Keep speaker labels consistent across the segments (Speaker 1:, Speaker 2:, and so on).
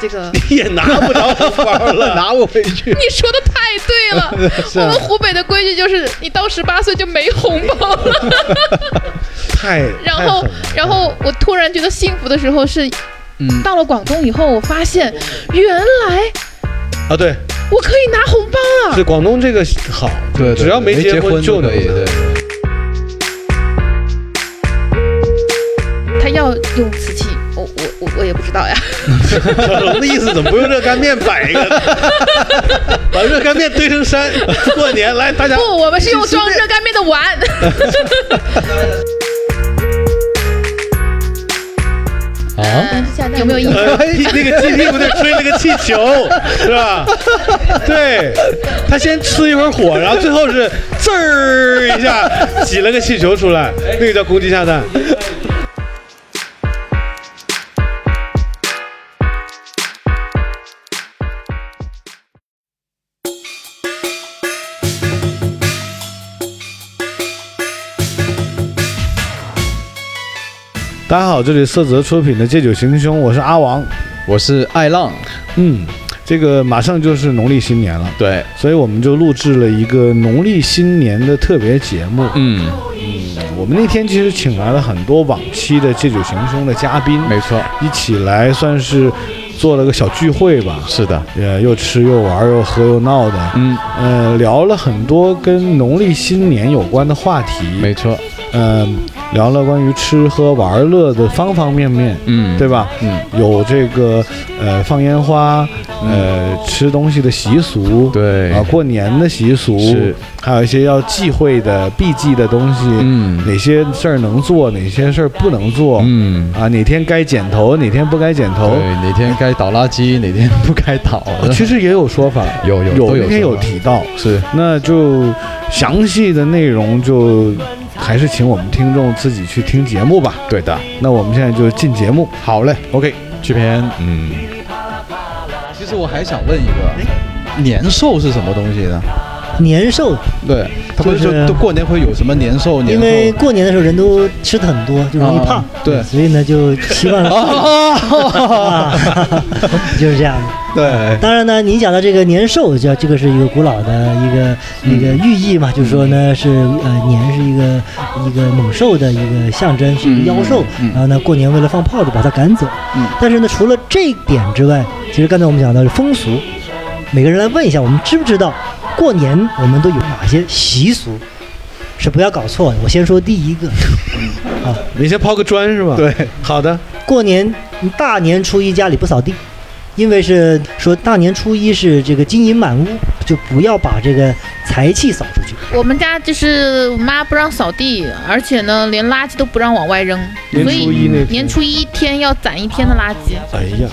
Speaker 1: 这个
Speaker 2: 也拿不着红包了。
Speaker 3: 拿我回去。，
Speaker 1: 你说的太对 了
Speaker 3: 是
Speaker 1: 我
Speaker 3: 啊
Speaker 1: 们湖北的规矩就是你到十八岁就没红包了。
Speaker 2: 太
Speaker 1: 然后，然后我突然觉得幸福的时候是
Speaker 3: 嗯，
Speaker 1: 到了广东以后，我发现原来
Speaker 2: 啊，对，
Speaker 1: 我可以拿红包啊了。
Speaker 2: 对，广东这个好，
Speaker 3: 对，
Speaker 2: 只要
Speaker 3: 没
Speaker 2: 结
Speaker 3: 婚
Speaker 2: 就能
Speaker 3: 可以。
Speaker 2: 拿
Speaker 3: 对，
Speaker 1: 他要用瓷器，我我我我也不知道呀。
Speaker 2: 小龙的意思怎么不用热干面摆一个 呢？把热干面堆成山，过年来大家
Speaker 1: 不， 我们是用装热干面的碗。
Speaker 3: 啊，
Speaker 1: 有没有意思？
Speaker 2: 呃， 那个鸡屁股得吹那个气球，是吧？对，他先呲一会儿火，然后最后是滋儿一下挤了个气球出来，那个叫公鸡下蛋。大家好，这里色泽出品的《借酒行凶》，我是阿王。
Speaker 3: 我是爱浪，
Speaker 2: 嗯，这个马上就是农历新年了，
Speaker 3: 对，
Speaker 2: 所以我们就录制了一个农历新年的特别节目。
Speaker 3: 嗯，
Speaker 2: 我们那天其实请来了很多往期的《借酒行凶》的嘉宾，
Speaker 3: 没错，
Speaker 2: 一起来算是做了个小聚会吧。
Speaker 3: 是的，
Speaker 2: 呃，又吃又玩又喝又闹的，
Speaker 3: 嗯，
Speaker 2: 呃，聊了很多跟农历新年有关的话题，
Speaker 3: 没错，
Speaker 2: 嗯、聊了关于吃喝玩乐的方方面面，
Speaker 3: 嗯，
Speaker 2: 对吧？
Speaker 3: 嗯，
Speaker 2: 有这个呃放烟花，呃吃东西的习俗，
Speaker 3: 嗯对
Speaker 2: 啊过年的习俗，
Speaker 3: 是
Speaker 2: 还有一些要忌讳的避忌的东西，
Speaker 3: 嗯
Speaker 2: 哪些事儿能做，哪些事儿不能做，
Speaker 3: 嗯，
Speaker 2: 啊哪天该剪头，哪天不该剪
Speaker 4: 哦
Speaker 2: 头，
Speaker 3: 对，哪天该倒垃圾，哪天不该倒，
Speaker 2: 哦其实也有说法，
Speaker 3: 有有
Speaker 2: 有
Speaker 3: 都有
Speaker 2: 那天
Speaker 3: 说
Speaker 2: 有
Speaker 3: 法
Speaker 2: 提到，
Speaker 3: 是，
Speaker 2: 那就详细的内容就还是请我们听众自己去听节目吧。
Speaker 3: 对的，
Speaker 2: 那我们现在就进节目，
Speaker 3: 好嘞。
Speaker 2: OK，
Speaker 3: 这篇，嗯，其实我还想问一个，年兽是什么东西呢？
Speaker 5: 年兽，
Speaker 3: 对，他不是
Speaker 5: 就是
Speaker 3: 说都过年会有什么年兽？年
Speaker 5: 因
Speaker 3: 后
Speaker 5: 为过年的时候人都吃的很多，就容易
Speaker 3: 啊
Speaker 5: 胖，
Speaker 3: 对
Speaker 5: 所以呢就希望 啊，就是这样的。
Speaker 3: 对，
Speaker 5: 当然呢，您讲的这个年兽，叫这个是一个古老的一个一个寓意
Speaker 3: 嗯
Speaker 5: 嘛，就是说呢是呃年是一个一个猛兽的一个象征，是一个妖兽。
Speaker 3: 嗯嗯嗯
Speaker 5: 然后呢，过年为了放炮就把它赶走。
Speaker 3: 嗯
Speaker 5: 但是呢，除了这点之外，其实刚才我们讲到的风俗，每个人来问一下，我们知不知道过年我们都有哪些习俗？是不要搞错的。我先说第一个，
Speaker 2: 你先抛个砖是吧？，
Speaker 3: 对，
Speaker 2: 好的，
Speaker 5: 过年大年初一家里不扫地，因为是说大年初一是这个金银满屋，就不要把这个财气扫出去。
Speaker 1: 我们家就是我妈不让扫地，而且呢，连垃圾都不让往外扔，
Speaker 2: 年
Speaker 1: 所
Speaker 2: 初
Speaker 1: 以
Speaker 2: 一那
Speaker 1: 年
Speaker 2: 天，
Speaker 1: 初一一天要攒一天的垃圾。
Speaker 2: 哎呀，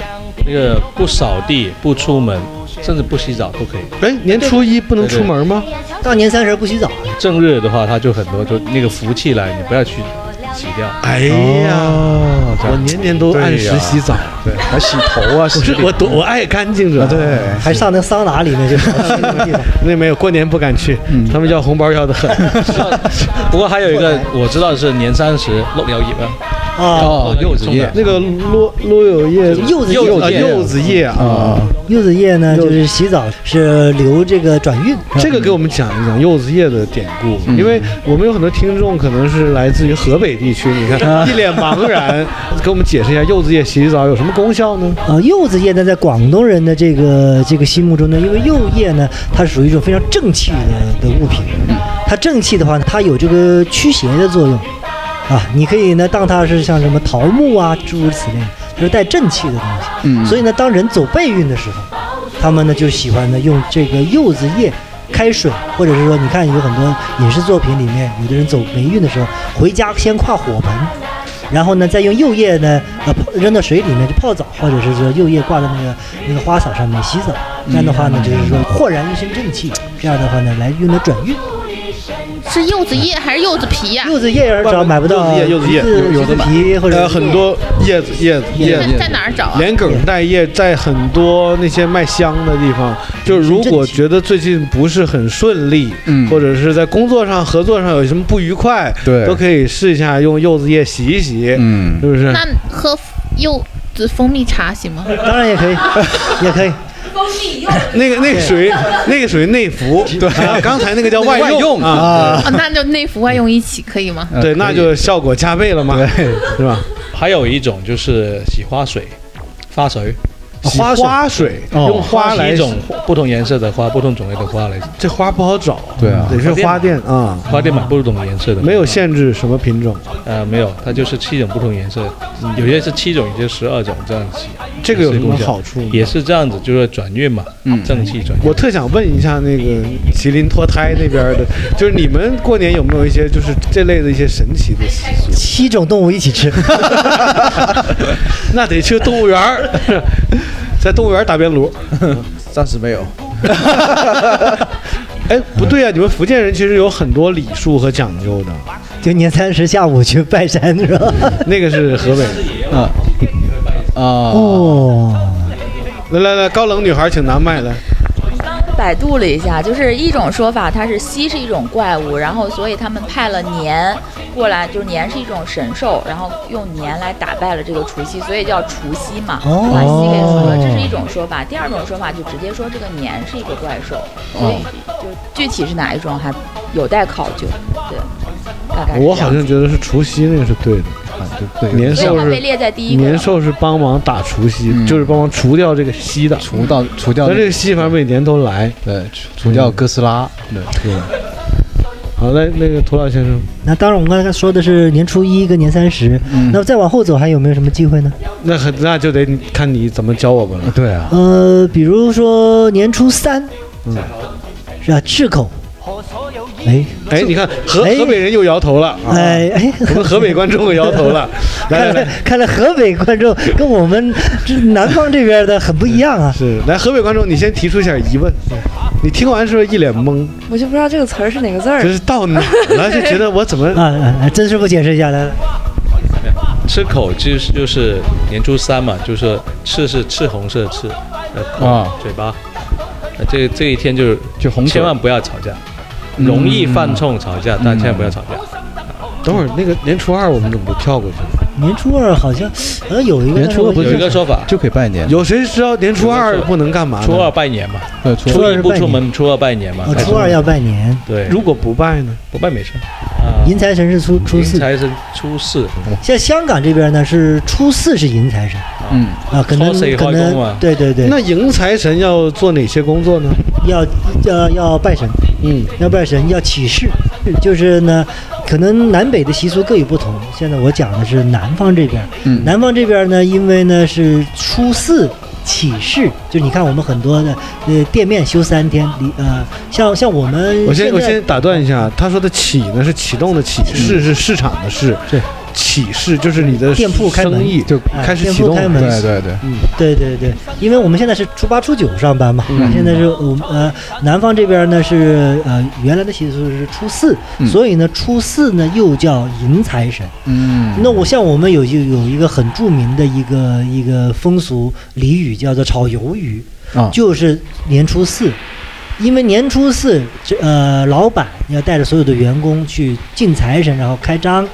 Speaker 6: 那个不扫地、不出门，甚至不洗澡都可以。
Speaker 2: 哎，年初一不能出门吗？
Speaker 5: 大年三十不洗澡，
Speaker 6: 正日的话，它就很多，就那个福气来，你不要去洗掉。
Speaker 2: 哎呀，
Speaker 3: 哦
Speaker 2: 我年年都按时洗澡，
Speaker 3: 对，还洗头啊，
Speaker 2: 我
Speaker 3: 洗
Speaker 2: 是我多我爱干净着，
Speaker 3: 对，
Speaker 5: 还上那桑拿里面去扫地那个地方。
Speaker 2: 那没有过年不敢去，
Speaker 7: 嗯
Speaker 2: 他们要红包要的 很，
Speaker 6: 不过还有一个我知道是年三十落了叶吧，
Speaker 5: 啊，
Speaker 3: 哦，柚子叶，
Speaker 2: 那个落落柚叶，
Speaker 5: 柚子
Speaker 6: 柚
Speaker 5: 叶，
Speaker 2: 啊
Speaker 6: 子叶
Speaker 2: 柚子叶啊，
Speaker 5: 柚子叶呢，
Speaker 2: 柚子
Speaker 5: 就是洗澡是留这个转运。
Speaker 2: 这个给我们讲一讲柚子叶的典故，
Speaker 7: 嗯
Speaker 2: 因为我们有很多听众可能是来自于河北地区，你
Speaker 7: 啊
Speaker 2: 看 一脸茫 然，给我们解释一下柚子叶洗澡有什么功效呢？
Speaker 5: 呃，柚子叶呢，在广东人的这个这个心目中呢，因为柚叶呢，它属于一种非常正气的的物品。它正气的话呢，它有这个驱邪的作用啊。你可以呢，当它是像什么桃木啊，诸如此类，就是带正气的东西。
Speaker 3: 嗯
Speaker 5: 所以呢，当人走背运的时候，他们呢就喜欢呢用这个柚子叶开水，或者是说，你看有很多影视作品里面，有的人走霉运的时候，回家先跨火盆，然后呢再用柚叶呢呃泡扔到水里面去泡澡，或者是说柚叶挂在那个那个花洒上面洗澡。这样的话呢，就是说豁然一身正气，这样的话呢来用来转运。
Speaker 1: 是柚子叶还是柚子皮呀、
Speaker 5: 柚子叶要是找买不到，
Speaker 2: 柚子叶柚子叶
Speaker 5: 橘
Speaker 7: 有的
Speaker 5: 橘子
Speaker 7: 买
Speaker 5: 皮或者
Speaker 2: 呃，很多叶子叶子叶
Speaker 7: 叶
Speaker 2: 子
Speaker 7: 子，
Speaker 1: 在在哪儿找啊？
Speaker 2: 连梗带叶，在很多那些卖香的地方，就是如果觉得最近不是很顺利，
Speaker 7: 嗯
Speaker 2: 或者是在工作上、合作上有什么不愉快，
Speaker 7: 对
Speaker 2: 都可以试一下用柚子叶洗一洗，
Speaker 7: 嗯
Speaker 2: 是不是？
Speaker 1: 那喝柚子蜂蜜茶行吗？
Speaker 5: 当然也可以，也可以。
Speaker 2: 那个那个属于那个属于内服，对，啊刚才那个叫外
Speaker 7: 外用呃
Speaker 2: 啊。
Speaker 7: 啊，
Speaker 1: 哦，那就内服外用一起可以吗？
Speaker 2: 对，那就效果加倍了嘛，是吧？
Speaker 6: 还有一种就是洗花水，花水
Speaker 2: 洗
Speaker 7: 花水
Speaker 2: 花水
Speaker 7: 哦
Speaker 2: 用花
Speaker 6: 是
Speaker 2: 来
Speaker 6: 一
Speaker 2: 洗
Speaker 6: 种不同颜色的花，不同种类的花来洗
Speaker 2: 这花不好找，
Speaker 7: 对啊
Speaker 2: 嗯得去花店啊，
Speaker 6: 花店买不同颜色的，
Speaker 2: 没有限制什么品种。
Speaker 6: 呃没有，它就是七种不同颜色，嗯有些是七种，有些十二种这样洗，
Speaker 2: 这个有什么好处吗？
Speaker 6: 也是这样子，就是转运嘛，
Speaker 7: 嗯
Speaker 6: 正气转运。
Speaker 2: 我特想问一下那个麒麟脱胎那边的，就是你们过年有没有一些就是这类的一些神奇的习俗？
Speaker 5: 七种动物一起吃，
Speaker 2: 那得去动物 园儿，在动物园儿打边炉。
Speaker 7: 暂时没有。
Speaker 2: 哎，不对啊，你们福建人其实有很多礼数和讲究的，
Speaker 5: 就年三十下午去拜山是吧？
Speaker 2: 那个是河北。
Speaker 7: 啊啊，
Speaker 5: 哦，
Speaker 2: 来来来，高冷女孩请拿麦来。
Speaker 8: 百度了一下，就是一种说法，它是西是一种怪物，然后所以他们派了年过来，就是年是一种神兽，然后用年来打败了这个除夕，所以叫除夕嘛，
Speaker 5: 哦
Speaker 8: 把夕给除了，这是一种说法。第二种说法就直接说这个年是一个怪兽，所以就具体是哪一种还有待考究，对，大概是
Speaker 2: 我
Speaker 8: 这样
Speaker 2: 好像觉得是除夕那个是对的，
Speaker 7: 啊对对，
Speaker 2: 年
Speaker 8: 所以
Speaker 2: 兽
Speaker 8: 它被
Speaker 2: 是
Speaker 8: 列在第一个。
Speaker 2: 年兽是帮忙打除夕，
Speaker 7: 嗯
Speaker 2: 就是帮忙除掉这个夕的。
Speaker 7: 除到除掉
Speaker 2: 但
Speaker 7: 那
Speaker 2: 这个夕反正每年都来。
Speaker 7: 对除除掉哥斯拉，对对，
Speaker 2: 好嘞，那个涂老先生，
Speaker 5: 那当然我们刚才说的是年初一跟年三十，
Speaker 2: 嗯
Speaker 5: 那么再往后走还有没有什么机会呢？
Speaker 2: 那很那就得看你怎么教我们了。
Speaker 7: 对啊，
Speaker 5: 呃，比如说年初三，嗯，是吧？赤口，哎
Speaker 2: 哎，你看河
Speaker 5: 哎
Speaker 2: 河北人又摇头了，啊
Speaker 5: 哎哎，
Speaker 2: 我们河北观众又摇头了。
Speaker 5: 看
Speaker 2: 来来
Speaker 5: 来
Speaker 2: 来，
Speaker 5: 看来河北观众跟我们这南方这边的很不一样啊。
Speaker 2: 是来河北观众，你先提出一下疑问。你听完是不是一脸懵？
Speaker 9: 我就不知道这个词儿是哪个字儿
Speaker 2: 就。是到哪儿了就觉得我怎么
Speaker 5: 啊啊！啊曾师傅解释一下，来来，
Speaker 6: 吃口就是就是年初三嘛，就是赤是赤红色的赤，呃口
Speaker 7: 啊
Speaker 6: 嘴巴，呃这这一天就是
Speaker 7: 就红
Speaker 6: 千万不要吵架，容易犯冲吵架，但千万不要吵架。
Speaker 2: 等会儿那个年初二我们怎么不跳过去？
Speaker 5: 年初二好像好像有一个，
Speaker 7: 年初二不
Speaker 5: 但
Speaker 7: 是
Speaker 5: 我
Speaker 6: 有一个说法，
Speaker 7: 就可以拜年，
Speaker 2: 有谁知道年初二
Speaker 6: 初二
Speaker 2: 不能干嘛呢？
Speaker 6: 初二拜年嘛，
Speaker 7: 对除
Speaker 6: 初
Speaker 5: 二
Speaker 6: 一
Speaker 5: 是
Speaker 6: 不
Speaker 5: 拜
Speaker 6: 出
Speaker 5: 年
Speaker 6: 门，初二拜年嘛。
Speaker 5: 哦，
Speaker 6: 还是
Speaker 5: 初二要拜年，
Speaker 6: 对，
Speaker 2: 如果不拜呢？
Speaker 6: 不拜没事。啊，
Speaker 5: 迎财神是初初四，
Speaker 6: 才是初四，
Speaker 5: 像香港这边呢是初四是迎财神
Speaker 7: 嗯，
Speaker 5: 啊，可能
Speaker 6: 初四也
Speaker 5: 可
Speaker 6: 开工
Speaker 5: 能
Speaker 6: 啊
Speaker 5: 对对对，
Speaker 2: 那迎财神要做哪些工作呢？
Speaker 5: 要要要拜神，
Speaker 2: 嗯，
Speaker 5: 要拜神要起誓，就是呢，可能南北的习俗各有不同。现在我讲的是南方这边，
Speaker 7: 嗯
Speaker 5: 南方这边呢，因为呢是初四。起誓，就你看我们很多的呃店面休三天，离呃像像我们
Speaker 2: 我先
Speaker 5: 现
Speaker 2: 我
Speaker 5: 在嗯
Speaker 2: 先打断一下，他说的起呢是启动的起，市是市场的市，
Speaker 5: 对，
Speaker 2: 起市就是你的
Speaker 5: 店铺开门
Speaker 2: 生意
Speaker 7: 就
Speaker 5: 哎
Speaker 2: 开始
Speaker 5: 店
Speaker 2: 启
Speaker 5: 铺
Speaker 2: 动
Speaker 5: 开
Speaker 2: 了。
Speaker 5: 门嗯
Speaker 7: 对对对，
Speaker 5: 对对对，因为我们现在是初八初九上班嘛，现在是我们呃南方这边呢是呃原来的习俗是初四，
Speaker 7: 嗯
Speaker 5: 所以呢初四呢又叫迎财神。
Speaker 7: 嗯
Speaker 5: 那我像我们有一有一个很著名的一个一个风俗俚语叫做炒鱿鱼，
Speaker 7: 啊
Speaker 5: 就是年初四。因为年初四，这呃，老板要带着所有的员工去敬财神，然后开张，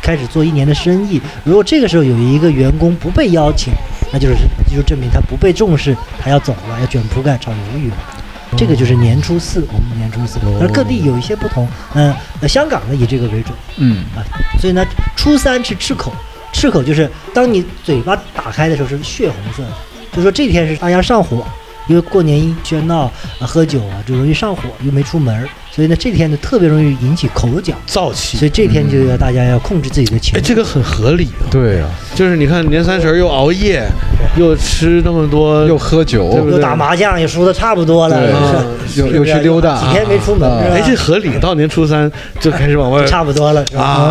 Speaker 5: 开始做一年的生意。如果这个时候有一个员工不被邀请，那就是就证明他不被重视，他要走了，要卷铺盖炒鱿鱼了。这个就是年初四，我们年初四，
Speaker 7: 哦
Speaker 5: 而各地有一些不同，嗯、呃，香港呢以这个为准。
Speaker 7: 嗯
Speaker 5: 啊，所以呢，初三是赤口，赤口就是当你嘴巴打开的时候是血红色的，就说这天是大家上火，因为过年一喧闹啊喝酒啊就容易上火，又没出门儿，所以呢这天就特别容易引起口角，
Speaker 2: 造
Speaker 5: 所
Speaker 2: 起。
Speaker 5: 以这天
Speaker 7: 嗯
Speaker 5: 就要大家要控制自己的情
Speaker 2: 哎，
Speaker 5: 绪。
Speaker 2: 这个很合理啊！
Speaker 7: 对啊，
Speaker 2: 就是你看年三十儿又熬夜，又吃那么多，
Speaker 7: 又喝酒，
Speaker 2: 对不对
Speaker 5: 又打麻将也输的差不多了，
Speaker 7: 对
Speaker 5: 是吧
Speaker 2: 啊
Speaker 7: 又又去溜达
Speaker 5: 几天没出门
Speaker 7: 啊
Speaker 5: 是吧
Speaker 2: 哎，这合理。到年初三就开始往外
Speaker 5: 差不多了是吧？啊，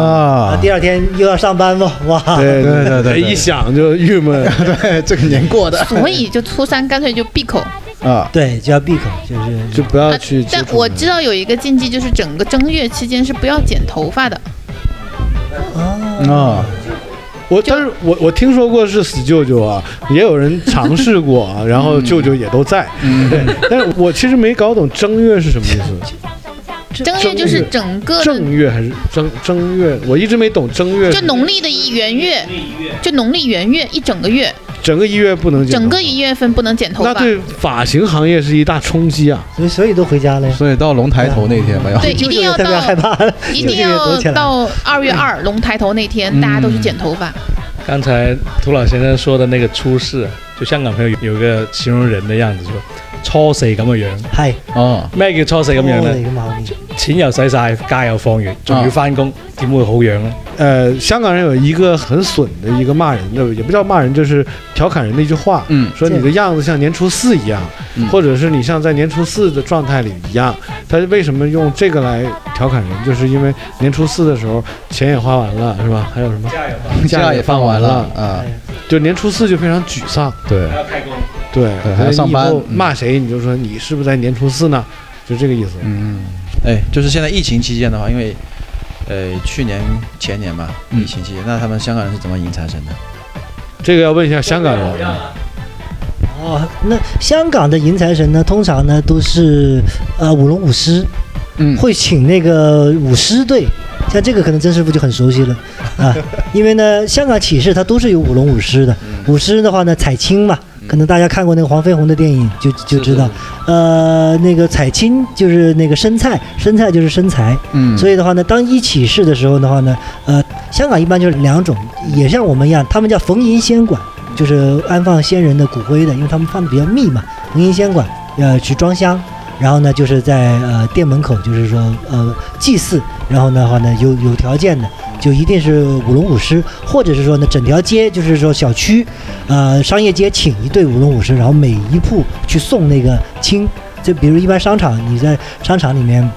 Speaker 7: 啊
Speaker 5: 第二天又要上班不？哇，
Speaker 2: 对
Speaker 7: 对对对
Speaker 2: 哎
Speaker 7: 对
Speaker 2: 一想就郁闷。
Speaker 7: 对这个年过的，
Speaker 1: 所以就初三干脆就闭口，
Speaker 2: 啊，
Speaker 5: 对，就要闭口，就是
Speaker 2: 就不要
Speaker 1: 啊
Speaker 2: 去接触人。
Speaker 1: 但我知道有一个禁忌，就是整个正月期间是不要剪头发的。
Speaker 2: 啊。我但是我我听说过是死舅舅啊，也有人尝试过啊，然
Speaker 7: 嗯
Speaker 2: 后舅舅也都在，对。但是我其实没搞懂正月是什么意思，
Speaker 1: 正月就是整个的
Speaker 2: 正月还是正正月？我一直没懂正月是。
Speaker 1: 就农历的一元月，就农历元月一整个月，
Speaker 2: 整个一月不能剪头发，
Speaker 1: 整个一月份不能剪头
Speaker 2: 那
Speaker 1: 发。
Speaker 2: 对发型行业是一大冲击啊！
Speaker 5: 所以所以都回家了呀。
Speaker 10: 所以到龙抬头那天吧，要
Speaker 1: 对，一
Speaker 5: 舅
Speaker 1: 定
Speaker 5: 舅
Speaker 1: 要
Speaker 5: 也特别害
Speaker 1: 到
Speaker 5: 怕，
Speaker 1: 一
Speaker 5: 舅舅
Speaker 1: 定
Speaker 5: 也躲
Speaker 1: 要
Speaker 5: 起来了。
Speaker 1: 到二月二龙抬头那天，
Speaker 10: 嗯
Speaker 1: 大家都去剪头发。
Speaker 6: 刚才涂老先生说的那个出世，就香港朋友有个形容人的樣子，就初四咁嘅樣。
Speaker 5: 嗨，
Speaker 10: 哦，
Speaker 6: 咩叫初四咁
Speaker 5: 哦
Speaker 6: 樣呢？
Speaker 5: 你個貓咪
Speaker 6: 錢又使晒，假又放完，仲要翻工，點會好樣呢？
Speaker 2: 呃，香港人有一个很损的一个骂人的，也不叫骂人，就是调侃人的一句话，
Speaker 10: 嗯
Speaker 2: 说你的样子像年初四一样，
Speaker 10: 嗯
Speaker 2: 或者是你像在年初四的状态里一样。他为什么用这个来调侃人？就是因为年初四的时候钱也花完了，是吧？还有什么
Speaker 10: 假也放完了
Speaker 5: 哎
Speaker 10: 啊，
Speaker 2: 就年初四就非常沮丧，
Speaker 10: 对，
Speaker 2: 对，
Speaker 10: 对还
Speaker 2: 所以
Speaker 10: 要上
Speaker 2: 你以
Speaker 10: 班
Speaker 2: 后
Speaker 10: 嗯
Speaker 2: 骂谁你就说你是不是在年初四呢？就这个意思。
Speaker 10: 嗯，哎，就是现在疫情期间的话，因为呃去年前年吧，
Speaker 6: 嗯
Speaker 10: 疫情期间，那他们香港人是怎么迎财神的？
Speaker 2: 这个要问一下香港人，
Speaker 5: 哦，那香港的迎财神呢，通常呢都是呃舞龙舞狮，
Speaker 10: 嗯
Speaker 5: 会请那个舞狮队。像这个可能曾师傅就很熟悉 了啊，因为呢，香港起事它都是有舞龙舞狮的。
Speaker 2: 嗯
Speaker 5: 舞狮的话呢，彩青嘛，可能大家看过那个黄飞鸿的电影就就知道，呃，那个彩青就是那个生菜，生菜就是生财，
Speaker 10: 嗯
Speaker 5: 所
Speaker 10: 以
Speaker 5: 以的话呢，当一起事的时候的话呢，呃，香港一般就是两种，也像我们一样，他们叫逢迎仙馆，就是安放先人的骨灰的，因为他们放的比较密嘛。逢迎仙馆，呃，去装香，然后呢，就是在呃店门口，就是说呃祭祀，然后的话呢，有有条件的，就一定是舞龙舞狮，或者是说呢，整条街就是说小区，呃，商业街请一队舞龙舞狮，然后每一铺去送那个亲。就比如一般商场，你在商场里面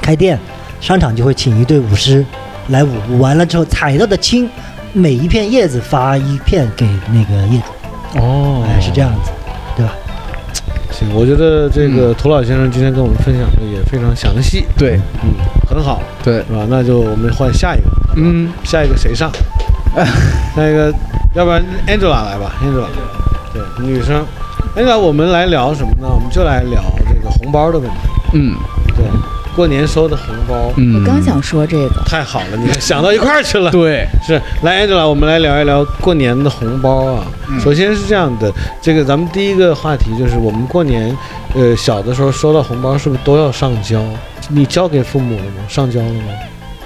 Speaker 5: 开店，商场就会请一队舞狮来舞，舞完了之后采到的青，每一片叶子发一片给那个业主，
Speaker 2: 哦
Speaker 5: 哎，是这样子。
Speaker 2: 行，我觉得这个涂老先生今天跟我们分享的也非常详细，
Speaker 10: 嗯对
Speaker 2: 嗯，很好，
Speaker 10: 对，
Speaker 2: 是吧？那就我们换下一个，
Speaker 10: 嗯，
Speaker 2: 下一 个谁上？下一个，要不然 Angela 来吧，Angela，对，女生，Angela，我们来聊什么呢？我们就来聊这个红包的问题。
Speaker 10: 嗯
Speaker 2: 对，过年收的红包
Speaker 10: 嗯，
Speaker 8: 我刚想说这个，
Speaker 2: 太好了，你看 想到一块儿去了。
Speaker 10: 对，
Speaker 2: 是，来，Angela，我们来聊一聊过年的红包啊。
Speaker 10: 嗯
Speaker 2: 首先是这样的，这个咱们第一个话题就是我们过年，呃，小的时候收到红包是不是都要上交？你交给父母了吗？上交了吗？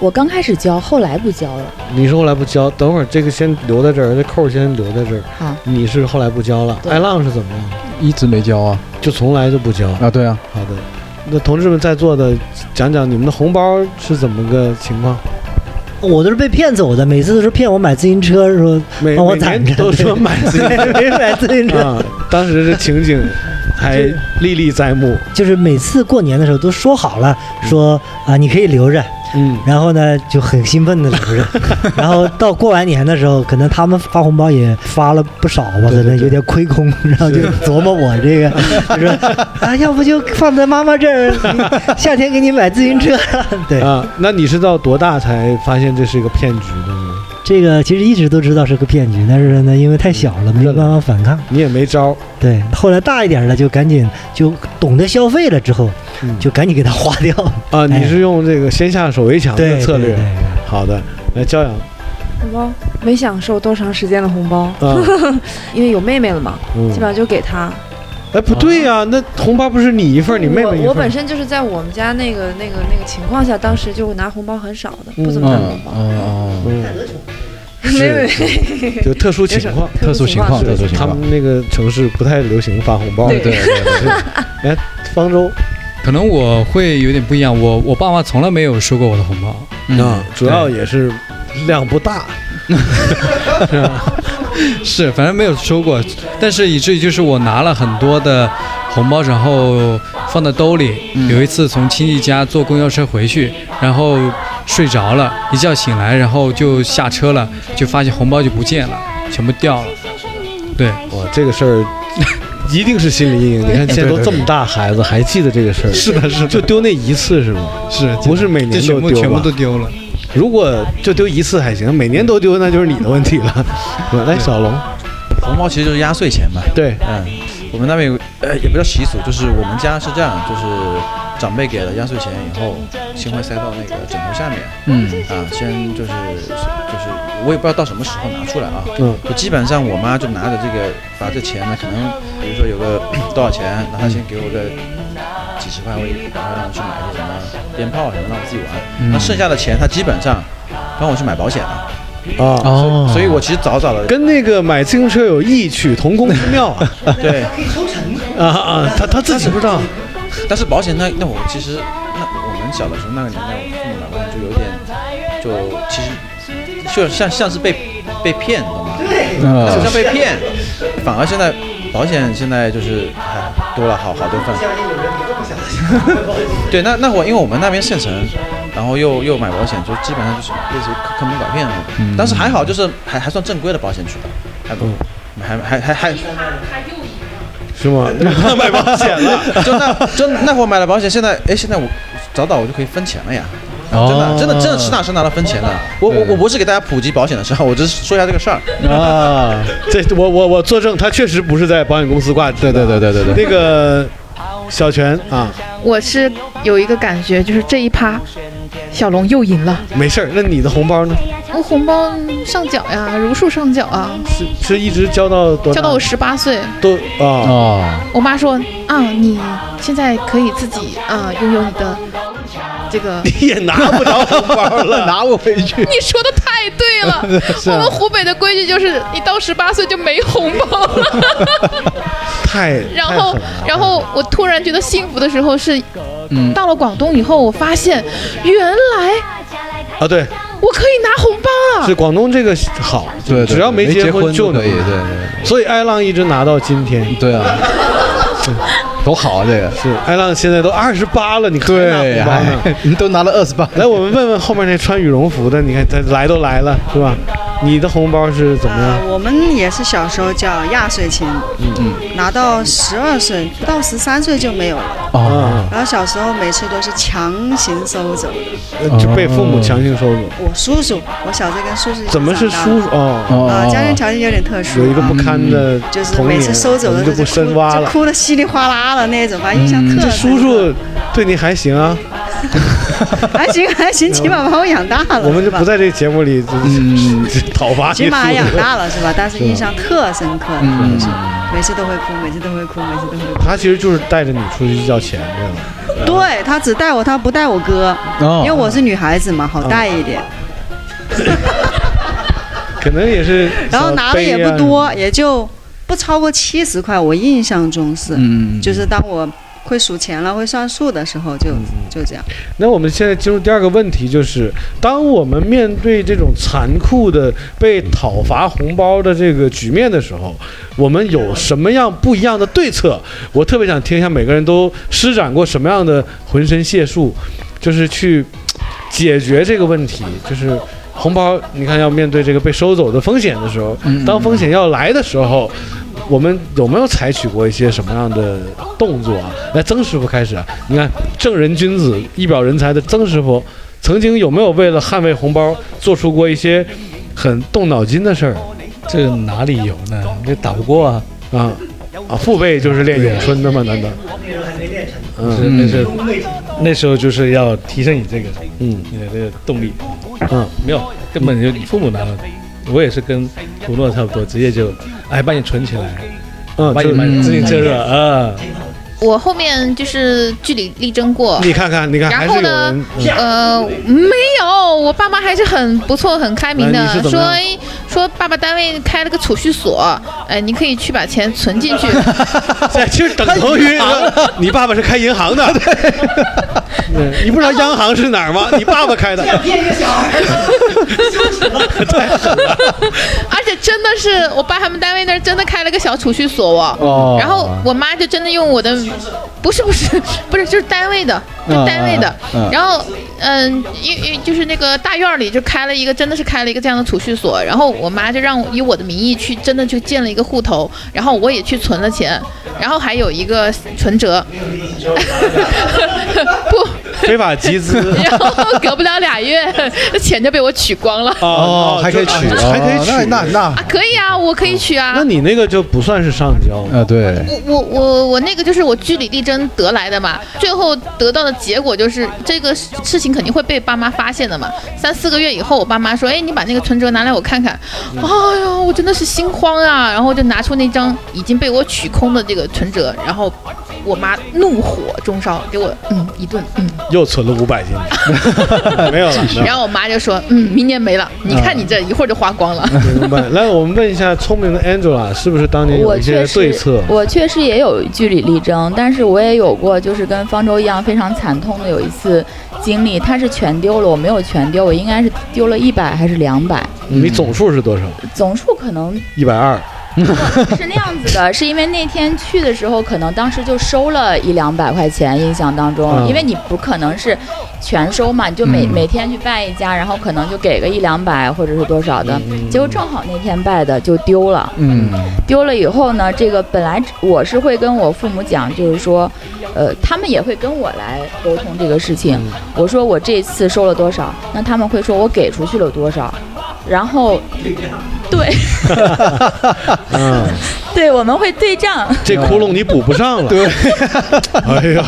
Speaker 8: 我刚开始交，后来不交了。
Speaker 2: 你是后来不交，等会儿这个先留在这儿，这扣儿先留在这儿。
Speaker 8: 好
Speaker 2: 你是后来不交了，
Speaker 8: 对
Speaker 2: 艾浪是怎么样？
Speaker 10: 一直没交啊
Speaker 2: 就从来就不交。
Speaker 10: 啊，对啊，
Speaker 2: 好的，那同志们在座的，讲讲你们的红包是怎么个情况？
Speaker 5: 我都是被骗走的，每次都是骗我买自行车，说
Speaker 2: 每
Speaker 5: 帮我
Speaker 2: 每
Speaker 5: 攒
Speaker 2: 年
Speaker 5: 着
Speaker 2: 都 说买自己
Speaker 5: 没买自行车，
Speaker 2: 啊，当时这情景还历历在目。
Speaker 5: 就是每次过年的时候都说好了，说啊你可以留着，
Speaker 2: 嗯，
Speaker 5: 然后呢就很兴奋的留 着，然后到过完年的时候，可能他们发红包也发了不少吧，可能有点亏空，然后就琢磨我这个，就说啊，要不就放在妈妈这儿， 你夏天给你买自行车。 对，
Speaker 2: 啊，那你是到多大才发现这是一个骗局的呢？
Speaker 5: 这个其实一直都知道是个骗局，但是呢，因为太小
Speaker 2: 嗯
Speaker 5: 了，没有办法反抗。
Speaker 2: 你也没招儿，
Speaker 5: 对，后来大一点了，就赶紧就懂得消费了，之后
Speaker 2: 嗯
Speaker 5: 就赶紧给它花掉。
Speaker 2: 啊，
Speaker 5: 哎
Speaker 2: 你是用这个先下手为强的
Speaker 5: 对，
Speaker 2: 策略
Speaker 5: 对。对
Speaker 2: 好的，来教养
Speaker 9: 红包没享受多长时间的红包，
Speaker 2: 啊，
Speaker 9: 因为有妹妹了嘛，
Speaker 2: 嗯
Speaker 9: 基本上就给她。
Speaker 2: 哎，不对
Speaker 5: 啊
Speaker 2: 呀，那红包不是你一份儿，你妹妹一份儿
Speaker 9: 我我本身就是在我们家那个那个那个情况下，当时就拿红包很少的，不怎么拿红
Speaker 10: 嗯
Speaker 9: 包。
Speaker 10: 哦，
Speaker 2: 嗯
Speaker 9: 没有没有
Speaker 2: 有特殊情况，
Speaker 10: 特殊情况，
Speaker 9: 特
Speaker 10: 特殊情
Speaker 2: 他
Speaker 10: 况，
Speaker 2: 们那个城市不太流行发红包。
Speaker 10: 对对对对。
Speaker 2: 哎，方舟
Speaker 4: 可能我会有点不一样，我我爸妈从来没有收过我的红包，
Speaker 2: 啊，主要也是量不大。
Speaker 4: 是反正没有收过，但是以至于就是我拿了很多的红包，然后放在兜里。有一次从亲戚家坐公交车回去，然后睡着了，一觉醒来，然后就下车了，就发现红包就不见了，全部掉了。对，
Speaker 2: 哇，这个事儿 一定是心理阴影。你看，现在都这么大孩子还记得这个事儿，
Speaker 10: 是的是的
Speaker 2: 就丢那一次是吗？
Speaker 10: 是
Speaker 2: 不是每
Speaker 4: 这
Speaker 2: 年
Speaker 4: 全
Speaker 2: 都
Speaker 4: 部
Speaker 2: 丢
Speaker 4: 全部
Speaker 2: 吧
Speaker 4: 都？丢了。
Speaker 2: 如果就丢一次还行，每年都丢那就是你的问题了。是吧来，小龙，啊
Speaker 3: 红包其实就是压岁钱嘛。
Speaker 2: 对，
Speaker 3: 嗯，我们那边有呃也不叫习俗，就是我们家是这样，就是长辈给了压岁钱以后，先会塞到那个枕头下面，
Speaker 4: 嗯
Speaker 3: 啊，先就是就是我也不知道到什么时候拿出来啊，
Speaker 2: 嗯，
Speaker 3: 就基本上我妈就拿着这个把这钱呢，可能比如说有个多少钱，然后她先给我个几十块，我也然后让我去买一些什么鞭炮什么，让我自己玩，那剩下的钱她基本上帮我去买保险了，
Speaker 2: 啊，
Speaker 4: 哦
Speaker 3: 所以我其实早早的
Speaker 2: 跟那个买自行车有异曲同工之妙啊
Speaker 3: 对。
Speaker 5: 可以抽成。
Speaker 2: 啊啊！他他自己不知道，
Speaker 3: 但是保险那那我其实那我们小的时候那个年代，我父母买保险就有点，就其实就像像是被被骗，懂吗？对，就像被骗。反而现在保险现在就是哎多了好好多份。对，那那我因为我们那边县城，然后又又买保险，就基本上就是类似于坑坑蒙拐骗那种。
Speaker 2: 嗯
Speaker 3: 但是还好，就是还还算正规的保险渠道，还
Speaker 2: 哦
Speaker 3: 不还还还还
Speaker 2: 是 吗？
Speaker 3: 买保险了， 就那就那会儿买了保险，现在哎，现在我早早我就可以分钱了呀。真的，真的，真的实打实拿到分钱了。我我我不是给大家普及保险的事 儿，我只是说一下这个事儿。
Speaker 2: 啊，这 我我我作证，他确实不是在保险公司挂职。
Speaker 10: 对对对对对对，
Speaker 2: 那个小泉啊，
Speaker 1: 我是有一个感觉，就是这一趴，小龙又赢了。
Speaker 2: 没事儿。那你的红包呢？
Speaker 1: 我红包上缴呀，如数上缴啊，
Speaker 2: 是是一直交到多
Speaker 1: 交
Speaker 2: 大？
Speaker 1: 到我十八岁。
Speaker 2: 都啊
Speaker 4: 哦，
Speaker 1: 我妈说啊，你现在可以自己啊拥有你的这个。
Speaker 2: 也拿不着红包 了，拿
Speaker 10: 我回去。
Speaker 1: 你说的太对了，
Speaker 10: 是
Speaker 1: 我
Speaker 10: 啊
Speaker 1: 们湖北的规矩就是你到十八岁就没红包 了。
Speaker 2: 太
Speaker 1: 然
Speaker 2: 太狠
Speaker 1: 后
Speaker 2: 了，
Speaker 1: 然后我突然觉得幸福的时候是
Speaker 4: 嗯，
Speaker 1: 到了广东以后，我发现原来
Speaker 2: 啊对，
Speaker 1: 我可以拿红包
Speaker 2: 是
Speaker 1: 了。
Speaker 2: 广东这个好，
Speaker 10: 对对，
Speaker 2: 只要
Speaker 10: 没
Speaker 2: 结
Speaker 10: 婚
Speaker 2: 就能
Speaker 10: 可以，对
Speaker 2: 拿
Speaker 10: 对
Speaker 2: 所以艾浪一直拿到今天。
Speaker 10: 对 啊，多好啊这个，
Speaker 2: 是艾浪现在都二十八了，你看拿
Speaker 10: 对，
Speaker 2: 红包呢？
Speaker 10: 哎 你都拿了二十八，
Speaker 2: 来，我们问问后面那穿羽绒服的，你看他来都来了，是吧？你的红包是怎么
Speaker 7: 啊、
Speaker 2: 样？
Speaker 7: 我们也是小时候叫压岁钱，
Speaker 10: 嗯
Speaker 7: 拿到十二岁到十三岁就没有了。
Speaker 10: 哦
Speaker 2: 啊，
Speaker 7: 然后小时候每次都是强行收走的。
Speaker 2: 呃就被父母强行收走。
Speaker 7: 我叔叔，我小时候跟叔叔一起
Speaker 2: 怎么是
Speaker 7: 长大的
Speaker 2: 叔叔？哦，
Speaker 7: 啊、家庭条件有点特殊嗯
Speaker 2: 有一，个不堪的
Speaker 7: 就是
Speaker 2: 童
Speaker 7: 每
Speaker 2: 年，
Speaker 7: 次收走
Speaker 2: 我
Speaker 7: 的时
Speaker 2: 们就
Speaker 7: 候
Speaker 2: 不
Speaker 7: 就
Speaker 2: 深
Speaker 7: 哭
Speaker 2: 挖
Speaker 7: 就
Speaker 2: 了。
Speaker 7: 哭的稀里哗啦的那种，反正印象特
Speaker 2: 这
Speaker 7: 深刻。
Speaker 2: 叔叔对你还行啊，
Speaker 7: 还行还行，起码把我养大了，
Speaker 2: 我们就是
Speaker 7: 吧
Speaker 2: 不在这节目里
Speaker 10: 嗯
Speaker 2: 讨伐
Speaker 7: 起
Speaker 2: 你
Speaker 7: 码
Speaker 2: 叔
Speaker 7: 养
Speaker 2: 叔。
Speaker 7: 大了是吧？但是印象特深刻，
Speaker 10: 嗯，
Speaker 7: 每次都会哭，每次都会哭，每次都会哭。
Speaker 2: 他其实就是带着你出去要钱这样。
Speaker 7: 对他只带我，他不带我哥，
Speaker 10: 哦
Speaker 7: 因为我是女孩子嘛，好
Speaker 2: 哦
Speaker 7: 带一点。
Speaker 2: 可能也是
Speaker 7: 然后
Speaker 2: 小
Speaker 7: 拿的也
Speaker 2: 杯啊
Speaker 7: 不多，也就不超过七十块，我印象中是，
Speaker 10: 嗯，
Speaker 7: 就是当我会数钱了、会算数的时候就，
Speaker 2: 嗯
Speaker 7: 就这样。
Speaker 2: 那我们现在进入第二个问题，就是当我们面对这种残酷的被讨伐红包的这个局面的时候，我们有什么样不一样的对策？我特别想听一下每个人都施展过什么样的浑身解数，就是去解决这个问题。就是红包，你看要面对这个被收走的风险的时候，
Speaker 4: 嗯
Speaker 2: 当风险要来的时候。我们有没有采取过一些什么样的动作啊？来，曾师傅开始啊，你看正人君子、一表人才的曾师傅，曾经有没有为了捍卫红包做出过一些很动脑筋的事儿
Speaker 4: 这哪里有呢？这打不过啊，
Speaker 2: 啊？啊，父辈就是练咏春的吗？难道？嗯
Speaker 6: 那是那时候就是要提升你这个
Speaker 2: 嗯
Speaker 6: 你的这个动力，
Speaker 2: 嗯，
Speaker 6: 没有，根本就你父母拿了，我也是跟吴诺差不多，直接就哎帮你存起来，
Speaker 2: 嗯，
Speaker 6: 帮
Speaker 2: 就
Speaker 6: 你买
Speaker 2: 是
Speaker 6: 自行车了啊，
Speaker 1: 我后面就是据理力争过，
Speaker 2: 你看看，你看，
Speaker 1: 然
Speaker 2: 还是
Speaker 1: 后
Speaker 2: 有
Speaker 1: 呢
Speaker 2: 人，嗯
Speaker 1: 呃，没有，我爸妈还是很不错、很开明
Speaker 2: 那你
Speaker 1: 的，
Speaker 2: 是怎么
Speaker 1: 说
Speaker 2: 样
Speaker 1: 哎说爸爸单位开了个储蓄所，哎，你可以去把钱存进 去。
Speaker 2: 这其实等同于说你爸爸是开银行的， 对，你不知道央行是哪 儿
Speaker 1: 且真的是我爸他们单位那儿真的开了个小储蓄所哦，
Speaker 11: 哦
Speaker 1: 然后我妈就真的用我的，不是不是不是，就是单位的，就
Speaker 11: 嗯
Speaker 1: 单位的，
Speaker 11: 嗯嗯
Speaker 1: 然后嗯，因因就是那个大院儿里就开了一个，真的是开了一个这样的储蓄所，然后我妈就让我以我的名义去真的去建了一个户头，然后我也去存了钱，然后还有一个存折，
Speaker 12: 非法集资
Speaker 1: 然后隔不了俩月，那钱就被我取光了。
Speaker 12: 哦
Speaker 2: 还可以取
Speaker 12: 就还可以取
Speaker 2: 哦那那那
Speaker 1: 啊，可以啊，我可以取啊。
Speaker 2: 那你那个就不算是上交啊？
Speaker 10: 对
Speaker 1: 我我我我那个就是我据理力争得来的嘛，最后得到的结果就是这个事情肯定会被爸妈发现的嘛。三四个月以后，我爸妈说：“哎，你把那个存折拿来我看看。”哎呀，我真的是心慌啊！然后就拿出那张已经被我取空的这个存折，然后我妈怒火中烧，给我嗯一顿嗯。
Speaker 12: 又存了五 百进去，没有
Speaker 2: 啊
Speaker 12: 了。没有
Speaker 1: 然后我妈就说：“嗯，明年没了，你看你这一会儿就花光了。
Speaker 2: 嗯 明白。来，我们问一下聪明的 Angela，是不是当年有
Speaker 8: 我
Speaker 2: 一些
Speaker 8: 确
Speaker 2: 对策
Speaker 8: 实，？我确实也有据理力争，但是我也有过就是跟方舟一样非常惨痛的有一次经历，他是全丢了，我没有全丢，我应该是丢了一百还是两百，
Speaker 2: 你总数是多少？
Speaker 8: 总数可能
Speaker 2: 嗯一百二。
Speaker 8: 是那样子的，是因为那天去的时候，可能当时就收了一两百块钱，印象当中，
Speaker 11: 嗯
Speaker 8: 因为你不可能是全收嘛，你就每、
Speaker 11: 嗯
Speaker 8: 每天去拜一家，然后可能就给个一两百或者是多少
Speaker 2: 嗯
Speaker 8: 的，结果正好那天拜的就丢了。
Speaker 11: 嗯
Speaker 8: 丢了以后呢，这个本来我是会跟我父母讲，就是说，呃，他们也会跟我来沟通这个事情。
Speaker 11: 嗯
Speaker 8: 我说我这次收了多少，那他们会说我给出去了多少，然后，对，
Speaker 2: 啊
Speaker 12: 嗯，
Speaker 8: 对，我们会对账。
Speaker 12: 这窟窿你补不上了。 对，哎呀，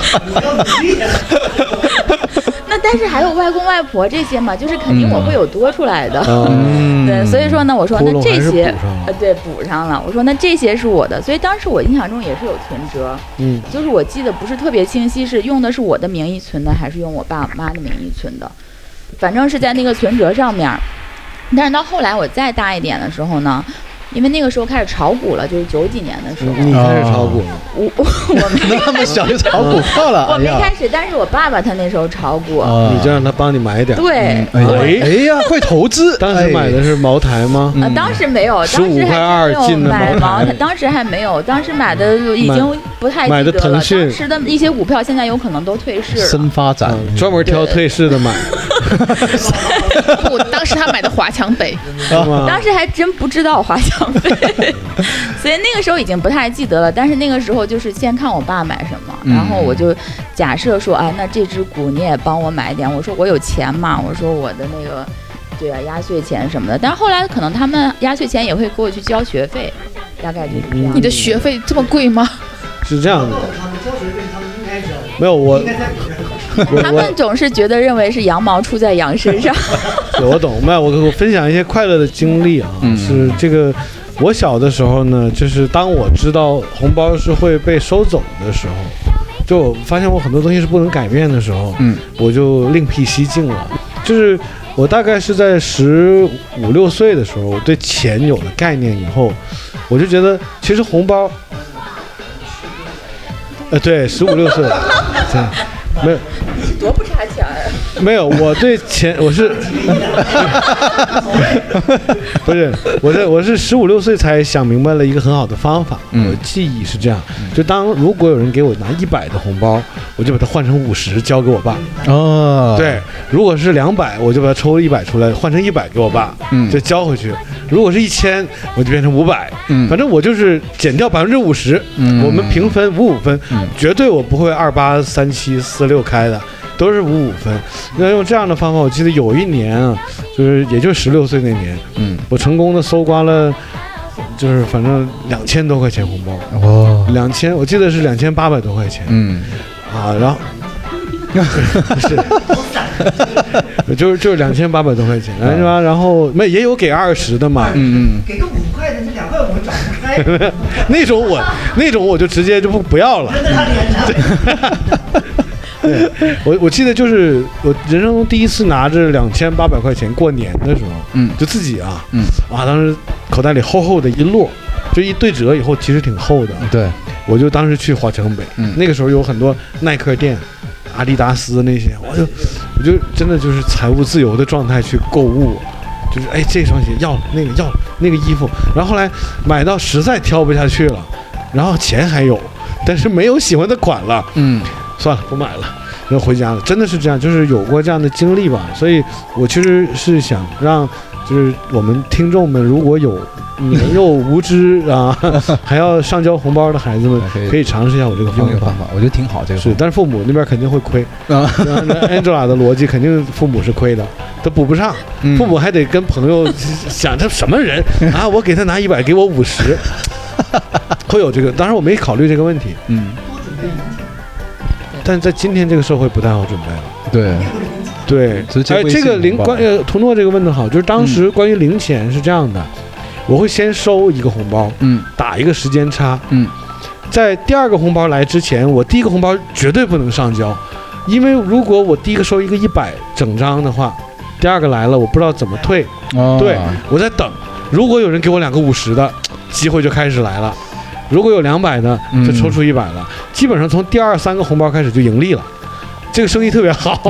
Speaker 8: 那但是还有外公外婆这些嘛，就是肯定我会有多出来的。
Speaker 11: 嗯
Speaker 8: 对，所以说呢，我说
Speaker 11: 窟
Speaker 8: 那
Speaker 11: 窿还
Speaker 8: 这
Speaker 11: 是补
Speaker 8: 些
Speaker 11: 上了
Speaker 8: 呃对补上了，我说那这些是我的，所以当时我印象中也是有存折，
Speaker 11: 嗯
Speaker 8: 就是我记得不是特别清晰，是用的是我的名义存的，还是用我爸妈的名义存的，反正是在那个存折上面儿。但是到后来我再大一点的时候呢，因为那个时候开始炒股了，就是九几年的时候，
Speaker 2: 你开始炒股了？
Speaker 8: 我 我我没
Speaker 10: 那么小就炒股票了，
Speaker 8: 我
Speaker 2: 哎
Speaker 8: 没
Speaker 2: 呀
Speaker 8: 开始，但是我爸爸他那时候炒股，
Speaker 2: 啊你就让他帮你买点儿。
Speaker 8: 对
Speaker 2: 嗯
Speaker 8: 哎
Speaker 2: 哎呀，会投资。 哎当时买的是茅台吗？
Speaker 8: 呃，当时没有，
Speaker 2: 嗯十
Speaker 8: 当时
Speaker 2: 五块
Speaker 8: 还
Speaker 2: 二
Speaker 8: 没有
Speaker 2: 进的
Speaker 8: 买
Speaker 2: 茅
Speaker 8: 茅
Speaker 2: 台
Speaker 8: 台，当时还没有，当时买的已经不太记
Speaker 2: 买
Speaker 8: 得
Speaker 2: 的
Speaker 8: 了。
Speaker 2: 腾讯
Speaker 8: 当时的一些股票现在有可能都退市了。
Speaker 2: 发展，嗯专门挑退市的买，
Speaker 1: 我当时他买的华强 北，
Speaker 2: 是吗？
Speaker 8: 当时还真不知道华强北， 所以那个时候已经不太记得了。但是那个时候就是先看我爸买什么，
Speaker 11: 嗯
Speaker 8: 然后我就假设说，哎，那这只股你也帮我买一点。我说我有钱嘛，我说我的那个对啊压岁钱什么的。但是后来可能他们压岁钱也会给我去交学费，大概就是这样。
Speaker 1: 你的学费这么贵吗？
Speaker 2: 是 这样的。没有我，我
Speaker 8: 他们
Speaker 2: 我
Speaker 8: 总是觉得认为是羊毛出在羊身上。
Speaker 2: 我懂，没有我我分享一些快乐的经历啊，是这个。我小的时候呢，就是当我知道红包是会被收走的时候，就我发现我很多东西是不能改变的时候，嗯，我就另辟蹊径了。就是我大概是在十五六岁的时候，我对钱有了概念以后，我就觉得其实红包呃，对，十五六岁， 对，没有
Speaker 8: 多不差钱儿。
Speaker 2: 没有，我对钱 我是，不是我是我是十五六岁才想明白了一个很好的方法，
Speaker 10: 嗯
Speaker 2: 我记忆是这样，就当如果有人给我拿一百的红包，我就把它换成五十交给我爸，
Speaker 10: 哦，
Speaker 2: 对，，如果是两百，我就把它抽一百出来，换成一百给我爸，
Speaker 10: 嗯
Speaker 2: 就交回去。如果是一千，我就变成五百，
Speaker 10: 嗯
Speaker 2: 反正我就是减掉百分之五十，
Speaker 10: 嗯
Speaker 2: 我们平分五五分，绝对我不会二八三七四六开的，都是五五分。
Speaker 10: 嗯
Speaker 2: 那用这样的方法，我记得有一年啊，就是也就十六岁那年，
Speaker 10: 嗯，
Speaker 2: 我成功的搜刮了。就是反正两千多块钱红包，
Speaker 10: 哦，
Speaker 2: 两千，我记得是两千八百多块钱，
Speaker 10: 嗯，
Speaker 2: 啊，然后是， 就是就是两千八百多块钱，然
Speaker 10: 嗯
Speaker 2: 后然后没也有给二十的嘛，嗯
Speaker 5: 给个五块的，那两块我们找不
Speaker 9: 哎
Speaker 5: 开。
Speaker 2: 嗯，那种我那种我就直接就不不要了。 对，我我记得就是我人生中第一次拿着两千八百块钱过年的时候，嗯，就自己啊，嗯， 哇，当时口袋里厚厚的一摞，就一对折以后其实挺厚的，啊
Speaker 10: 对，
Speaker 2: 我就当时去华强北，嗯，那个时候有很多耐克店、阿迪达斯那些，我就我就真的就是财务自由的状态去购物，就是哎这双鞋要了，那个要了，那个衣服，然后后来买到实在挑不下去了，然后钱还有，但是没有喜欢的款了，
Speaker 10: 嗯，
Speaker 2: 算了，不买了。然后回家了，真的是这样，就是有过这样的经历吧。所以我其实是想让，就是我们听众们，如果有年幼无知啊，还要上交红包的孩子们，可以尝试一下我这个方
Speaker 10: 用这个
Speaker 2: 法
Speaker 10: 方法，我觉得挺好。这个
Speaker 2: 是，但是父母那边肯定会亏
Speaker 10: 啊。
Speaker 2: 那 Angela 的逻辑肯定父母是亏的，他补不上，父母还得跟朋友想他什么人啊？我给他拿一百，给我五十，会有这个。当然我没考虑这个问题，
Speaker 10: 嗯，
Speaker 2: 但在今天这个社会不太好准备了。
Speaker 10: 对，
Speaker 2: 对，
Speaker 10: 直接
Speaker 2: 哎，
Speaker 10: 微
Speaker 2: 这个
Speaker 10: 信
Speaker 2: 零
Speaker 10: 红包嗯
Speaker 2: 关呃，图诺这个问的好，就是当时关于零钱是这样的，我会先收一个红包，
Speaker 10: 嗯，
Speaker 2: 打一个时间差，
Speaker 10: 嗯，
Speaker 2: 在第二个红包来之前，我第一个红包绝对不能上交，因为如果我第一个收一个一百整张的话，第二个来了我不知道怎么退，
Speaker 10: 哦
Speaker 2: 对我在等，如果有人给我两个五十的，机会就开始来了。如果有两百呢，
Speaker 10: 嗯
Speaker 2: 就抽出一百了。基本上从第二三个红包开始就盈利了，这个生意特 别好。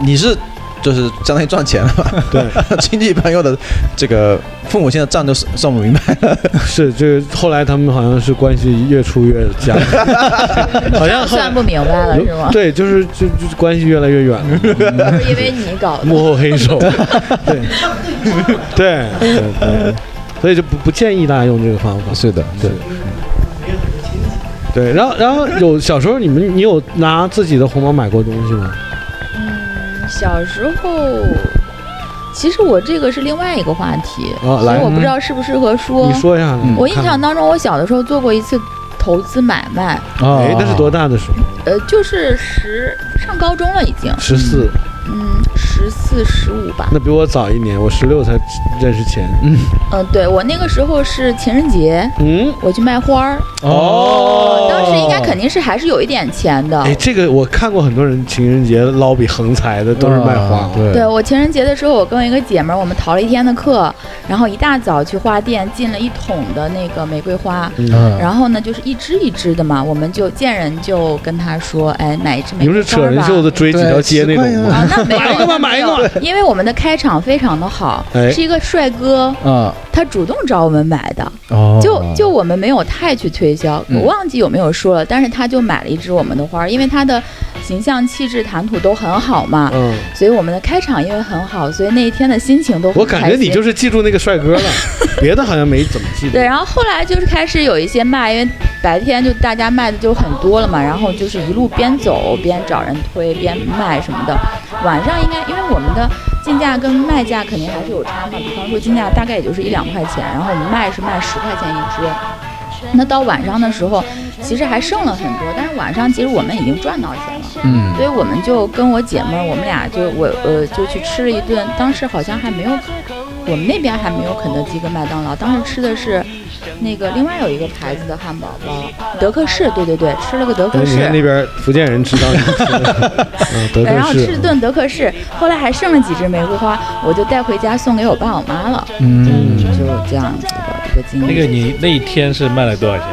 Speaker 3: 你是就是相当于赚钱了吧？
Speaker 2: 对，
Speaker 3: 亲戚朋友的这个父母现在账都算算不明白了。
Speaker 2: 是，这个后来他们好像是关系越处越僵，好像后来
Speaker 8: 算不明白了是吗？
Speaker 2: 对，就是就就关系越来越远了，
Speaker 8: 是因为你搞的。
Speaker 2: 幕后黑 手，对，对对对，所以就不不建议大家用这个方法。
Speaker 10: 是的，
Speaker 2: 对。对，然后然后有小时候你们你有拿自己的红包买过东西吗？
Speaker 8: 嗯小时候，其实我这个是另外一个话题，
Speaker 2: 啊
Speaker 8: 所
Speaker 2: 来
Speaker 8: 以我不知道适不适合说。
Speaker 2: 你说一下嗯
Speaker 8: 我印
Speaker 2: 看
Speaker 8: 象当中，我小的时候做过一次投资买卖，
Speaker 2: 哎，
Speaker 8: 啊
Speaker 2: 那是多大的时候？
Speaker 8: 呃，就是十上高中了已经，
Speaker 2: 十四，
Speaker 8: 嗯，十四十五吧。
Speaker 2: 那比我早一年，我十六才认识钱。嗯，
Speaker 8: 嗯、对我那个时候是情人节，
Speaker 2: 嗯，
Speaker 8: 我去卖花儿，
Speaker 2: 哦
Speaker 8: 当时应该肯定是还是有一点钱的。
Speaker 2: 哎，这个我看过很多人情人节捞笔横财的，都是卖花。
Speaker 8: 啊对我情人节的时候，我跟我一个姐们儿，我们逃了一天的课，然后一大早去花店进了一桶的那个玫瑰花，
Speaker 2: 嗯
Speaker 8: 然后呢就是一支一支的嘛，我们就见人就跟他说，哎，买一支玫
Speaker 2: 你
Speaker 8: 瑰
Speaker 2: 们
Speaker 8: 花
Speaker 2: 是扯人
Speaker 8: 吧
Speaker 2: 袖子追几条街那种吗？
Speaker 8: 啊，那 没有，买一个吧，买一个。因为我们的开场非常的好，
Speaker 2: 哎
Speaker 8: 是一个帅哥，
Speaker 10: 啊，
Speaker 8: 他主动找我们买的，
Speaker 10: 哦
Speaker 8: 就就我们没有太去推销，
Speaker 10: 嗯
Speaker 8: 我忘记有没有说了，但是他就买了一支我们的花儿，因为他的形象、气质、谈吐都很好嘛，
Speaker 2: 嗯
Speaker 8: 所以我们的开场因为很好，所以那一天的心情都很
Speaker 2: 我感
Speaker 8: 开
Speaker 2: 觉
Speaker 8: 心
Speaker 2: 你就是记住那个帅哥 了，别的好像没怎么记住。哎
Speaker 8: 对，然后后来就是开始有一些卖，因为白天就大家卖的就很多了嘛，然后就是一路边走边找人推边卖什么的。晚上应该因为我们的进价跟卖价肯定还是有差嘛，比方说进价大概也就是一两块钱，然后我们卖是卖十块钱一只。那到晚上的时候，其实还剩了很多，但是晚上其实我们已经赚到钱了。
Speaker 10: 嗯
Speaker 8: 所以我们就跟我姐们儿，我们俩就我呃就去吃了一顿，当时好像还没有，我们那边还没有肯德基跟麦当劳，当时吃的是那个另外有一个牌子的汉堡包，德克士，对对对，吃了个德克
Speaker 2: 你看那
Speaker 8: 士。
Speaker 2: 边福建人吃到 你吃的，嗯，德
Speaker 8: 对然后
Speaker 2: 克
Speaker 8: 吃了
Speaker 2: 士，
Speaker 8: 顿德克士，后来还剩了几只玫瑰花，我就带回家送给我爸我妈了。
Speaker 10: 嗯，
Speaker 8: 就这样子的一个经历。
Speaker 6: 那个你那一天是卖了多少钱？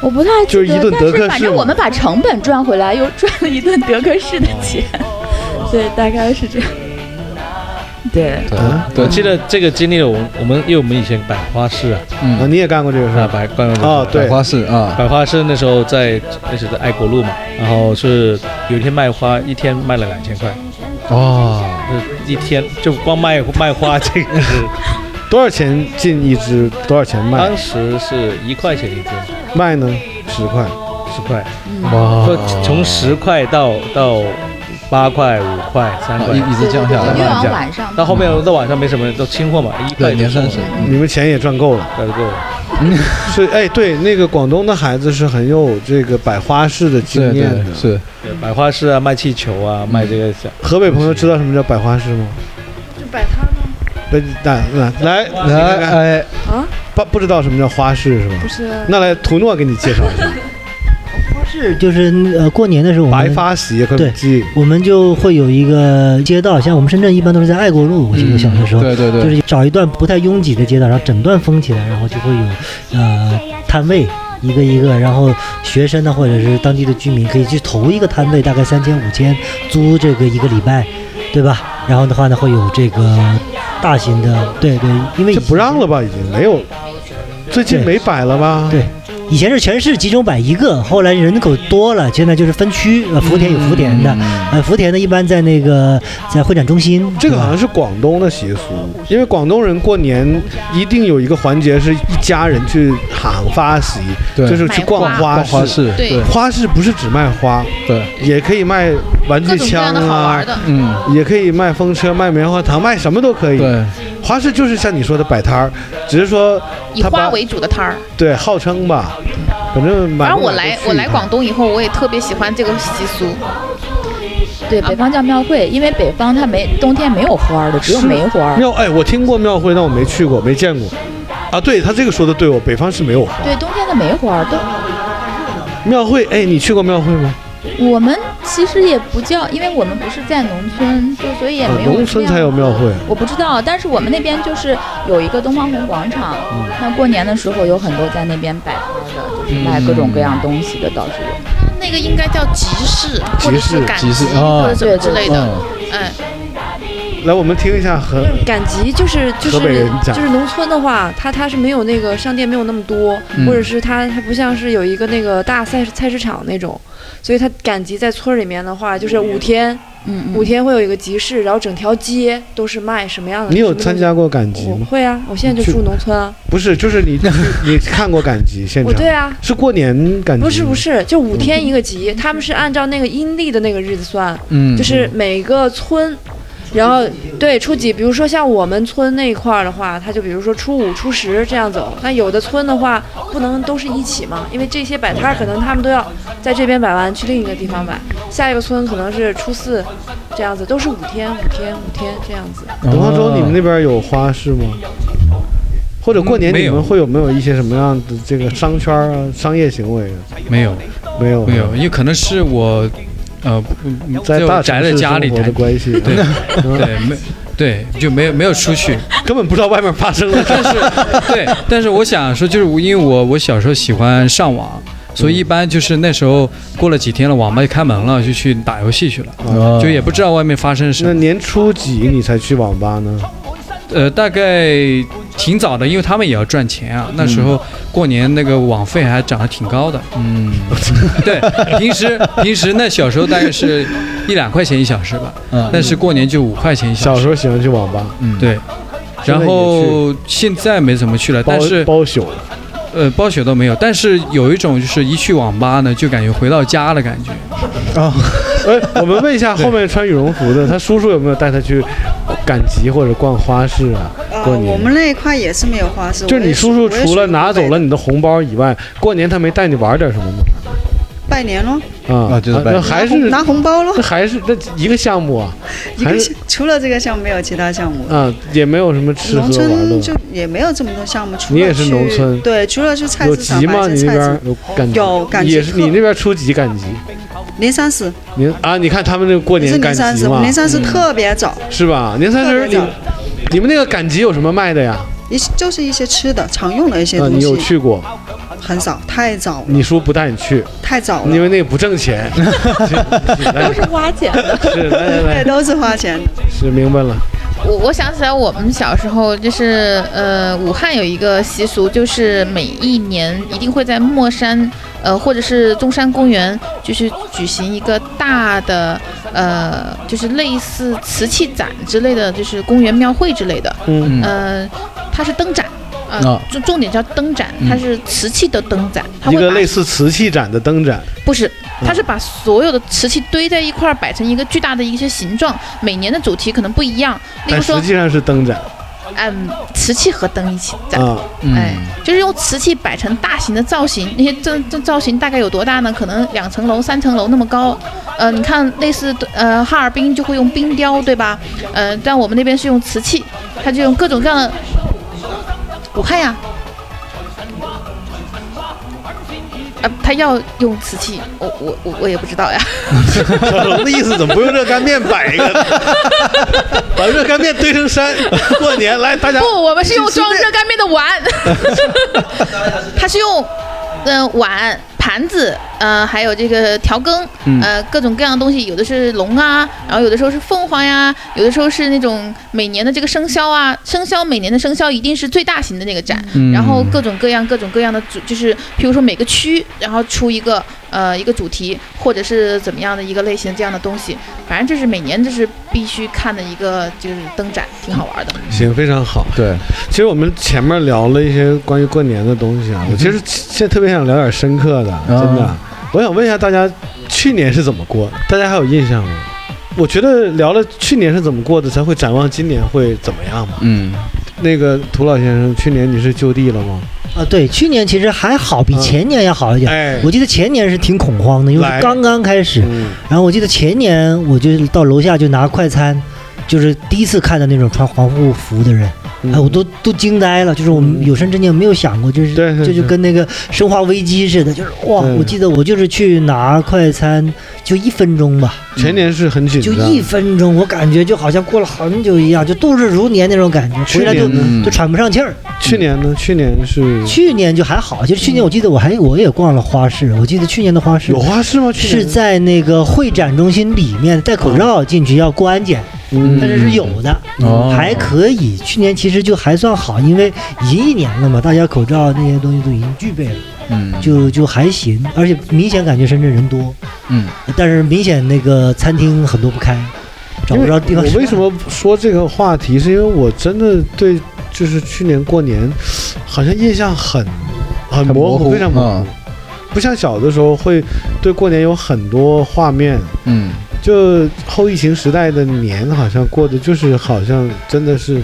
Speaker 8: 我不太记
Speaker 6: 就是一
Speaker 8: 得，
Speaker 6: 顿德
Speaker 8: 但
Speaker 6: 克士
Speaker 8: 是反正
Speaker 6: 嘛
Speaker 8: 我们把成本赚回来，又赚了一顿德克士的钱，
Speaker 6: 哦
Speaker 8: 对，大概是这样。对，
Speaker 2: 嗯
Speaker 6: 我记得这个经历了，我我们因为我们以前摆花市啊，
Speaker 10: 嗯
Speaker 2: 啊，你也干过这个事
Speaker 6: 啊，摆干过这个
Speaker 2: 哦
Speaker 6: 事
Speaker 2: 对
Speaker 10: 百花市啊，
Speaker 6: 百花市那时候在那时候在爱国路嘛，然后是有一天卖花，一天卖了两千块，
Speaker 10: 哦，
Speaker 6: 就是一天就光卖卖花这个是，
Speaker 2: 多少钱进一只？多少钱卖
Speaker 6: 当？时是一块钱一只，
Speaker 2: 卖呢？十块，
Speaker 6: 十块，
Speaker 10: 哇
Speaker 6: 就从十块到到八块、五块、三块，
Speaker 10: 啊一一直降下嗯来对对对越往晚上
Speaker 6: 到后面到晚上没什么人，都清货嘛，一块
Speaker 10: 对年三
Speaker 6: 三
Speaker 10: 十
Speaker 2: 你们钱也赚够了，
Speaker 6: 赚够了。
Speaker 2: 是哎，对，那个广东的孩子是很有这个百花式的经验的。
Speaker 10: 是
Speaker 6: 摆花市啊，卖气球啊，卖这个小
Speaker 2: 河北朋友知道什么叫百花式吗？
Speaker 9: 就摆摊吗？
Speaker 2: 不，来来来
Speaker 10: 哎
Speaker 2: 来，
Speaker 9: 啊，
Speaker 2: 不不知道什么叫花式是吧？
Speaker 9: 不是
Speaker 2: 那来图诺给你介绍一下，
Speaker 5: 是就是呃过年的时候我们
Speaker 2: 白发喜和
Speaker 5: 对
Speaker 2: 记，
Speaker 5: 我们就会有一个街道，像我们深圳一般都是在爱国路，我记得小的时候，
Speaker 10: 对对对
Speaker 5: 就是找一段不太拥挤的街道，然后整段封起来，然后就会有呃摊位。一个一个，然后学生呢，或者是当地的居民，可以去投一个摊位，大概三千五千，租这个一个礼拜，对吧？然后的话呢，会有这个大型的，对对，因为不让了吧，已经没有，最近没摆了吧？对，以前是全市集中摆一个，后来人口多了，现在就是分区，呃，福田有福田的，呃，福田的一般在那个在会展中心，
Speaker 2: 这个好像是广东的习俗，
Speaker 6: 嗯
Speaker 2: 因为广东人过年一定有一个环节是一家人去喊花市，
Speaker 6: 对
Speaker 2: 就是去逛
Speaker 6: 买花
Speaker 2: 花
Speaker 6: 逛花市对对
Speaker 2: 花市不是只卖花，
Speaker 6: 对，
Speaker 2: 也可以卖玩
Speaker 6: 各
Speaker 2: 具枪
Speaker 6: 种各样的好
Speaker 2: 啊
Speaker 6: 玩的，
Speaker 2: 嗯，也可以卖风车、卖棉花糖、卖什么都可以。
Speaker 6: 对，
Speaker 2: 花市就是像你说的摆摊儿，只是说
Speaker 1: 以
Speaker 2: 它把
Speaker 1: 花为主的摊儿。
Speaker 2: 对，号称吧，反正买
Speaker 1: 反正
Speaker 2: 不
Speaker 1: 我
Speaker 2: 买
Speaker 1: 来
Speaker 2: 都去
Speaker 1: 我
Speaker 2: 一
Speaker 1: 来
Speaker 2: 趟
Speaker 1: 广东以后，我也特别喜欢这个习俗。啊
Speaker 8: 对，北方叫庙会，因为北方它没冬天没有花儿的，只有
Speaker 2: 是
Speaker 8: 梅花儿。
Speaker 2: 庙哎，我听过庙会，但我没去过，没见过。啊，对他这个说的对哦，北方是没有花。
Speaker 8: 对，冬天的梅花儿都。
Speaker 2: 庙会，哎，你去过庙会吗？
Speaker 8: 我们其实也不叫，因为我们不是在农村，就所以也
Speaker 2: 啊
Speaker 8: 没有、
Speaker 2: 农村才有。庙会。
Speaker 8: 我不知道，但是我们那边就是有一个东方红广场，
Speaker 2: 嗯
Speaker 8: 那过年的时候有很多在那边摆摊儿的，就是卖各种各样东西的，倒是有。
Speaker 1: 那个应该叫集市，或者
Speaker 2: 集
Speaker 1: 是
Speaker 2: 市
Speaker 1: 赶
Speaker 2: 集市哦
Speaker 1: 或者什么之类的
Speaker 2: 哦。
Speaker 1: 哎，
Speaker 2: 来，我们听一下和
Speaker 9: 赶集就是就
Speaker 2: 河北
Speaker 9: 是
Speaker 2: 人讲
Speaker 9: 就是农村的话，它它是没有那个商店没有那么多，
Speaker 2: 嗯
Speaker 9: 或者是它它不像是有一个那个大菜菜市场那种，所以它赶集在村里面的话，就是五天，
Speaker 8: 嗯
Speaker 9: 五天会有一个集市，然后整条街都是卖什么样的。
Speaker 2: 你有
Speaker 9: 什么
Speaker 2: 参加过赶集吗？
Speaker 9: 会啊，我现在
Speaker 2: 你
Speaker 9: 就
Speaker 2: 去
Speaker 9: 住农村啊。
Speaker 2: 不是，就是 你你看过赶集现
Speaker 9: 我
Speaker 2: 场？
Speaker 9: 对啊
Speaker 2: 是过年赶集吗？
Speaker 9: 不是不是，就五天一
Speaker 2: 个。
Speaker 9: 个集，他们是按照那个阴历的那个日子算，
Speaker 2: 嗯
Speaker 9: 就是每个村，然后对初几，比如说像我们村那一块儿的话，他就比如说初五、初十这样走。那有的村的话，不能都是一起嘛，因为这些摆摊儿可能他们都要在这边摆完去另一个地方摆，下一个村可能是初四这样子，都是五天、五天、五天这样子。
Speaker 2: 东方周，你们那边有花市吗？或者过
Speaker 4: 嗯
Speaker 2: 年
Speaker 4: 没
Speaker 2: 你
Speaker 4: 有
Speaker 2: 们会有没有一些什么样的这个商圈啊、商业行为啊？
Speaker 4: 没有，
Speaker 2: 没有，
Speaker 4: 没有，因为可能是我，呃，
Speaker 2: 在
Speaker 4: 就
Speaker 2: 大
Speaker 4: 宅
Speaker 2: 城
Speaker 4: 在
Speaker 2: 市
Speaker 4: 家
Speaker 2: 生
Speaker 4: 里
Speaker 2: 活的
Speaker 4: 才
Speaker 2: 关系
Speaker 4: 对
Speaker 2: 嗯
Speaker 4: 对没对就没有没有出去，
Speaker 2: 根本不知道外面发生了什 么。
Speaker 4: 对，但是我想说，就是因为我我小时候喜欢上网。所以一般就是那时候过了几天了，网吧就开门了，就去打游戏去了，
Speaker 2: 哦
Speaker 4: 就也不知道外面发生什么。
Speaker 2: 那年初几你才去网吧呢？
Speaker 4: 呃，大概挺早的，因为他们也要赚钱
Speaker 2: 嗯
Speaker 4: 啊。那时候过年那个网费还涨得挺高的。嗯， 对，平时平时那小时候大概是一两块钱一小时吧，
Speaker 2: 嗯
Speaker 4: 但啊是过年就五块钱一小
Speaker 2: 小
Speaker 4: 时。
Speaker 2: 时候喜欢去网吧，
Speaker 4: 嗯，对。
Speaker 2: 现在也
Speaker 4: 然
Speaker 2: 去
Speaker 4: 后现在没怎么去了，
Speaker 2: 包
Speaker 4: 但是
Speaker 2: 包宿，
Speaker 4: 呃，包宿都没有。但是有一种就是一去网吧呢，就感觉回到家的感觉。
Speaker 2: 啊， 哎，我们问一下后面穿羽绒服的，他叔叔有没有带他去赶集或者逛花市啊？过
Speaker 7: 呃我
Speaker 2: 年，
Speaker 7: 们那一块也是没有花市，
Speaker 2: 就是
Speaker 7: 我
Speaker 2: 你
Speaker 7: 也
Speaker 2: 叔叔
Speaker 7: 我也
Speaker 2: 除了拿走了你的红包以外，过年他没带你玩点什么吗？
Speaker 7: 拜年喽，
Speaker 2: 啊，
Speaker 6: 啊就是拜
Speaker 2: 那
Speaker 6: 年
Speaker 2: 还是
Speaker 7: 拿红包喽，
Speaker 2: 那还是那一个项目啊，
Speaker 7: 一
Speaker 2: 还
Speaker 7: 个
Speaker 2: 是
Speaker 7: 除了这个项目没有其他项目。
Speaker 2: 啊，也没有什么吃
Speaker 7: 农
Speaker 2: 喝玩乐
Speaker 7: 村。就也没有这么多项目，除了
Speaker 2: 你也是
Speaker 7: 去
Speaker 2: 农村
Speaker 7: 对，除了去菜
Speaker 2: 有
Speaker 7: 市场
Speaker 2: 集
Speaker 7: 买
Speaker 2: 吗？
Speaker 7: 些
Speaker 2: 你那
Speaker 7: 菜
Speaker 2: 边
Speaker 7: 籽，
Speaker 2: 有赶集？
Speaker 7: 有赶集
Speaker 2: 也是
Speaker 7: 课
Speaker 2: 你那边初几赶集？
Speaker 7: 年三十，
Speaker 2: 您啊，你看他们那个过
Speaker 7: 也是
Speaker 2: 年赶
Speaker 7: 年三
Speaker 2: 集嗯
Speaker 7: 十，我
Speaker 2: 嘛，
Speaker 7: 们年
Speaker 6: 嗯
Speaker 7: 三十特别早，
Speaker 2: 是吧？年三十
Speaker 7: 特别
Speaker 2: 你
Speaker 7: 早
Speaker 2: 你们那个赶集有什么卖的呀？
Speaker 7: 一些就是一些吃的、常用的一些
Speaker 2: 啊，
Speaker 7: 东西。
Speaker 2: 你有去过？
Speaker 7: 很少，太早了，
Speaker 2: 你叔不带你去，
Speaker 7: 太早
Speaker 1: 嗯
Speaker 7: 了，
Speaker 2: 因为那个不挣 钱。
Speaker 8: 都是花钱的。
Speaker 2: 是来来
Speaker 7: 对，
Speaker 2: 来
Speaker 7: 都是花钱的。
Speaker 2: 是明白了，
Speaker 1: 我我想起来，我们小时候就是呃，武汉有一个习俗，就是每一年一定会在墨山呃或者是中山公园，就是举行一个大的呃，就是类似瓷器展之类的，就是公园庙会之类的。
Speaker 2: 嗯
Speaker 1: 呃，它是灯展。啊
Speaker 2: 哦，
Speaker 1: 重重点叫灯展，
Speaker 2: 嗯
Speaker 1: 它是瓷器的灯展，它
Speaker 2: 一
Speaker 1: 会
Speaker 2: 个
Speaker 1: 把
Speaker 2: 类似瓷器展的灯展，
Speaker 1: 不是，它是把所有的瓷器堆在一块儿，摆成一个巨大的一些形状，每年的主题可能不一样。例
Speaker 2: 但
Speaker 1: 如说
Speaker 2: 实，际上是灯展
Speaker 1: 嗯，瓷器和灯一起展，
Speaker 2: 啊。
Speaker 1: 哎， 就是用瓷器摆成大型的造型。那些这这造型大概有多大呢？可能两层楼、三层楼那么高。呃，你看类似的呃哈尔滨就会用冰雕，对吧？呃，但我们那边是用瓷器，它就用各种各样的。武汉呀，啊，他要用瓷器，我我我我也不知道呀。
Speaker 2: 小龙的意思怎么不用热干面摆一个？ 把热干面堆成山，过年来大家
Speaker 1: 不，我们是用装热干面的碗，它是用嗯、碗、盘子，呃，还有这个调羹，
Speaker 11: 嗯
Speaker 1: 呃，各种各样的东西，有的是龙啊，然后有的时候是凤凰呀，有的时候是那种每年的这个生肖啊，生肖每年的生肖一定是最大型的那个展，
Speaker 11: 嗯
Speaker 1: 然后各种各样、各种各样的主，就是譬如说每个区，然后出一个呃一个主题，或者是怎么样的一个类型这样的东西，反正这是每年这是必须看的一个就是灯展，挺好玩的。
Speaker 2: 行，非常好。
Speaker 10: 对，
Speaker 2: 其实我们前面聊了一些关于过年的东
Speaker 10: 嗯
Speaker 2: 西啊，我其实现在特别想聊点深刻的，
Speaker 10: 啊
Speaker 2: 真的。我想问一下大家，去年是怎么过的？大家还有印象吗？我觉得聊了去年是怎么过的，才会展望今年会怎么样嘛。
Speaker 10: 嗯，
Speaker 2: 那个涂老先生，去年你是就地了吗？
Speaker 5: 啊，对，去年其实还好，比前年要好一点。
Speaker 2: 哎
Speaker 5: 我记得前年是挺恐慌的，因为
Speaker 2: 来嗯
Speaker 5: 是刚刚开始。然后我记得前年我就到楼下就拿快餐，就是第一次看到那种穿防护服的人，
Speaker 2: 嗯
Speaker 5: 哎，我都都惊呆了。就是我们有生之年没有想过，就是这就跟那个《生化危机》似的，就是哇！
Speaker 2: 对
Speaker 5: 我记得我就是去拿快餐，就一分钟吧。
Speaker 10: 嗯
Speaker 2: 前年是很紧
Speaker 5: 就
Speaker 2: 张，
Speaker 5: 一分钟，我感觉就好像过了很久一样，就度日如年那种感觉，
Speaker 2: 去
Speaker 5: 回来就
Speaker 2: 年呢
Speaker 5: 就喘不上气儿。嗯
Speaker 2: 去年呢？去年是
Speaker 5: 去年就还好，其实去年我记得我还我也逛了花市，我记得去年的花市
Speaker 2: 有花市吗？去年
Speaker 5: 是在那个会展中心里面，戴口罩进去要过安检，
Speaker 2: 嗯
Speaker 5: 但是是有的，
Speaker 2: 哦
Speaker 5: 还可以。去年其实就还算好，因为已经一年了嘛，大家口罩那些东西都已经具备了，
Speaker 10: 嗯
Speaker 5: 就就还行，而且明显感觉深圳人多，
Speaker 10: 嗯，
Speaker 5: 但是明显那个餐厅很多不开，找不着地方
Speaker 2: 因
Speaker 5: 吃
Speaker 2: 为
Speaker 5: 饭。
Speaker 2: 我为什么说这个话题？是因为我真的对，就是去年过年，好像印象很很
Speaker 10: 模
Speaker 2: 模糊，
Speaker 10: 糊
Speaker 2: 非常模糊。不像小的时候会对过年有很多画面，
Speaker 10: 嗯，
Speaker 2: 就后疫情时代的年，好像过的就是好像真的是，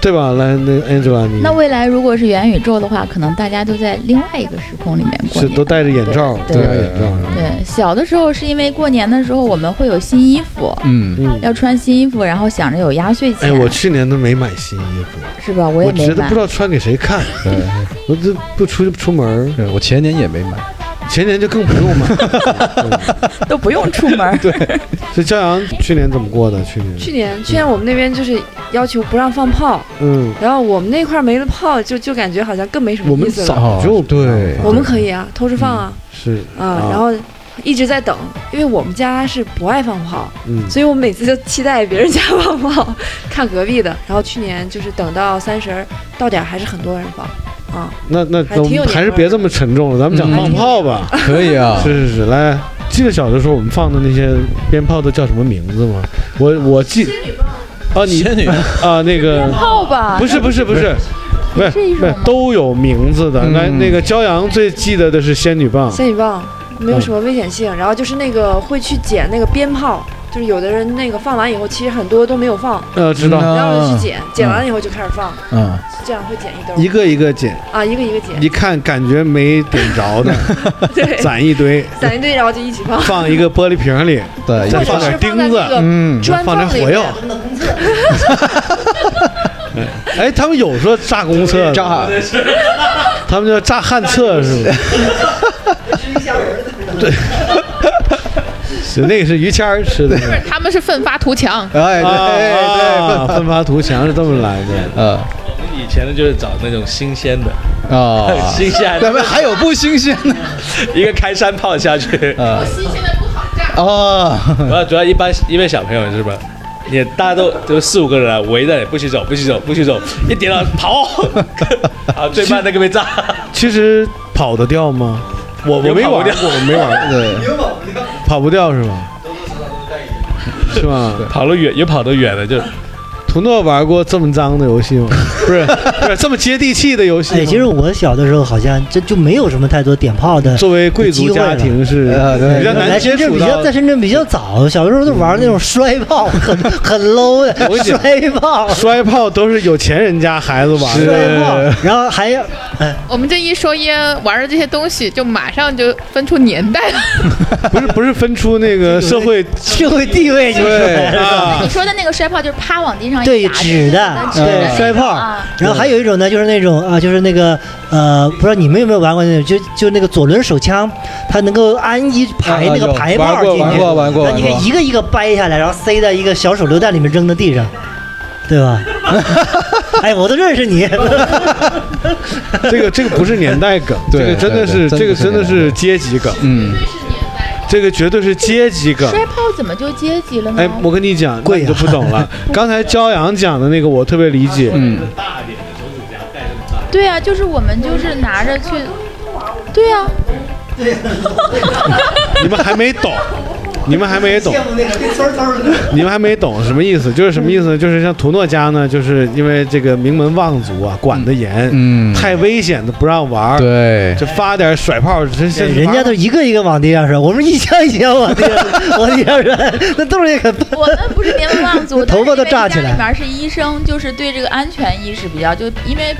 Speaker 2: 对吧？来，那 Angela，你
Speaker 8: 那未来如果是元宇宙的话，可能大家都在另外一个时空里面过
Speaker 2: 是
Speaker 8: 年。
Speaker 2: 都戴着眼罩，
Speaker 8: 对
Speaker 2: 戴着眼罩，
Speaker 8: 对，小的时候是因为过年的时候我们会有新衣服，
Speaker 2: 嗯
Speaker 8: 要穿新衣服，然后想着有压岁
Speaker 2: 哎，
Speaker 8: 钱，
Speaker 2: 我去年都没买新衣服，
Speaker 8: 是吧？我也
Speaker 2: 我
Speaker 8: 没
Speaker 2: 觉得
Speaker 8: 买
Speaker 2: 不知。道穿给 谁看，我这不出出门儿。
Speaker 10: 我前年也没买，
Speaker 2: 前年就更不用买，
Speaker 8: 都不用出门。
Speaker 2: 对，所以骄阳去年怎么过的？去年，
Speaker 9: 去年去年我们那边就是要求不让放炮，
Speaker 2: 嗯，
Speaker 9: 然后我们那块儿没了炮，就就感觉好像更没什
Speaker 2: 我
Speaker 9: 么
Speaker 2: 们
Speaker 9: 意思了。
Speaker 2: 早
Speaker 10: 哦
Speaker 2: 就对
Speaker 9: 我们可以啊，偷着放啊，
Speaker 2: 是
Speaker 9: 啊，然后一直在等，因为我们家是不爱放炮，
Speaker 2: 嗯
Speaker 9: 所以我每次就期待别人家放炮，看隔壁的。然后去年就是等到三十儿到点，还是很多人放啊。
Speaker 2: 那那
Speaker 9: 还挺
Speaker 2: 咱
Speaker 9: 有
Speaker 2: 们
Speaker 9: 年
Speaker 2: 还是
Speaker 9: 味儿嗯
Speaker 2: 别这么沉重了，咱们讲放炮吧，
Speaker 10: 可以啊
Speaker 2: 是是是，来，记得小的时候我们放的那些鞭炮都叫什么名字吗？我我记，啊你
Speaker 3: 仙女棒
Speaker 2: 啊那个
Speaker 9: 鞭炮吧
Speaker 2: 不是不是不是。不是不是都有名字
Speaker 10: 嗯
Speaker 2: 的。来，那个骄阳最记得的是仙女棒，
Speaker 9: 仙女棒没
Speaker 2: 嗯
Speaker 9: 有什么危险性，然后就是那个会去捡那个鞭炮，就是有的人那个放完以后，其实很多都没有放，
Speaker 2: 呃，知道。
Speaker 9: 然后就去捡，捡完了以后就开始放，
Speaker 2: 嗯，
Speaker 9: 这样会捡一兜儿。
Speaker 2: 一个一个捡，
Speaker 9: 啊，一个一个捡，
Speaker 2: 一看感觉没点着的，
Speaker 9: 对，
Speaker 2: 攒一 堆，
Speaker 9: 攒一堆，然后就一起放。
Speaker 2: 放一个玻璃瓶里，
Speaker 10: 对嗯
Speaker 2: 再哎放点钉
Speaker 9: 或者是放在
Speaker 2: 子嗯
Speaker 9: 那个，砖
Speaker 2: 放点
Speaker 9: 缝里
Speaker 2: 火药。哎，他们有说炸公厕 的，
Speaker 10: 炸
Speaker 2: 他们叫炸旱厕是 吗？对， 是那个是于谦儿 吃的。
Speaker 1: 不是，他们是奋发图强。
Speaker 10: 哎
Speaker 2: 啊奋发图强是这么来的。
Speaker 10: 呃，
Speaker 6: 我们以前呢就是找那种新鲜的，
Speaker 10: 啊
Speaker 2: 哦
Speaker 6: 新鲜的
Speaker 10: 咱们还有不新鲜的，
Speaker 6: 一个开山炮下去。
Speaker 10: 啊
Speaker 1: 新鲜的不好炸。
Speaker 10: 哦，
Speaker 6: 主要主要一般因为小朋友是吧？也大家都就四五个人啊围着你，不许走，不许走，不许走，一点了 跑，啊，最慢那个被炸。
Speaker 2: 其实跑得掉吗？我我
Speaker 6: 有
Speaker 2: 没
Speaker 6: 跑
Speaker 2: 玩
Speaker 6: 不
Speaker 2: 过
Speaker 6: 掉，
Speaker 2: 我没玩 过，对，跑不掉是吗？是吗？
Speaker 6: 跑得远也跑得远了，就
Speaker 2: 图诺玩过这么脏的游戏吗？ 不是，不是这么接地气的游戏吗。
Speaker 5: 哎，其实我小的时候好像这就没有什么太多点炮的机会了。
Speaker 2: 作为贵族家庭是呃比较难
Speaker 5: 来
Speaker 2: 接
Speaker 5: 深圳
Speaker 2: 触
Speaker 5: 比较
Speaker 2: 到嗯
Speaker 5: 在。深圳比较早，小的时候都玩那种摔炮，很很 low
Speaker 2: 我跟
Speaker 5: 的
Speaker 2: 你讲
Speaker 5: 摔炮，
Speaker 2: 摔炮都是有钱人家孩子玩的，
Speaker 5: 然后还要
Speaker 1: 我们这一说一玩的这些东西，就马上就分出年代了。
Speaker 2: 不是不是分出 那个社会
Speaker 5: 社会地位就是
Speaker 2: 对啊
Speaker 8: 你，说的那个摔炮就是啪往地上一
Speaker 5: 对
Speaker 8: 砸
Speaker 5: 纸的
Speaker 1: 嗯
Speaker 8: 的，，
Speaker 5: 对摔炮
Speaker 8: 啊。
Speaker 5: 然后还有一种呢，就是那种啊，就是那个呃，不知道你们有没有玩过那种，就就那个左轮手枪，它能够安一排
Speaker 10: 啊
Speaker 5: 那
Speaker 10: 有
Speaker 5: 个排
Speaker 10: 玩
Speaker 5: 炮
Speaker 10: 过
Speaker 5: 进去，
Speaker 10: 玩过玩过
Speaker 5: 然后你可
Speaker 10: 玩
Speaker 5: 以
Speaker 10: 过
Speaker 5: 一个一个掰下来，然后塞在一个小手榴弹里面扔到地上，对吧？哎，我都认识你。
Speaker 2: 这个这个不是年代梗，
Speaker 13: 对
Speaker 2: 这个真的是
Speaker 13: 对对
Speaker 2: 这个
Speaker 13: 真
Speaker 2: 真
Speaker 13: 的
Speaker 2: 的
Speaker 13: 是
Speaker 2: 是阶级梗，
Speaker 7: 嗯，
Speaker 2: 这个绝对是阶级梗。
Speaker 8: 摔炮怎么就阶级了呢？
Speaker 2: 哎，我跟你讲，那你就不懂了。刚才骄阳讲的那个，我特别理解。嗯，
Speaker 8: 对啊，就是我们就是拿着去，对啊，
Speaker 2: 你们还没懂，你们 还没懂。你们还没懂什么意思？就是什么意思呢？就是像图诺家呢，就是因为这个名门望族啊，管得严，
Speaker 7: 嗯
Speaker 2: 太危险的不让玩儿，
Speaker 7: 对
Speaker 2: 就发点甩炮，这这
Speaker 5: 人家都一个一个往地上扔，我们一箱一箱往地上扔往地上扔，那动静也可笨。
Speaker 8: 我们不是名门望族，
Speaker 5: 头发都
Speaker 8: 但是因为
Speaker 5: 炸起
Speaker 8: 家
Speaker 5: 来
Speaker 8: 里面是医生，就是对这个安全意识比较，就因为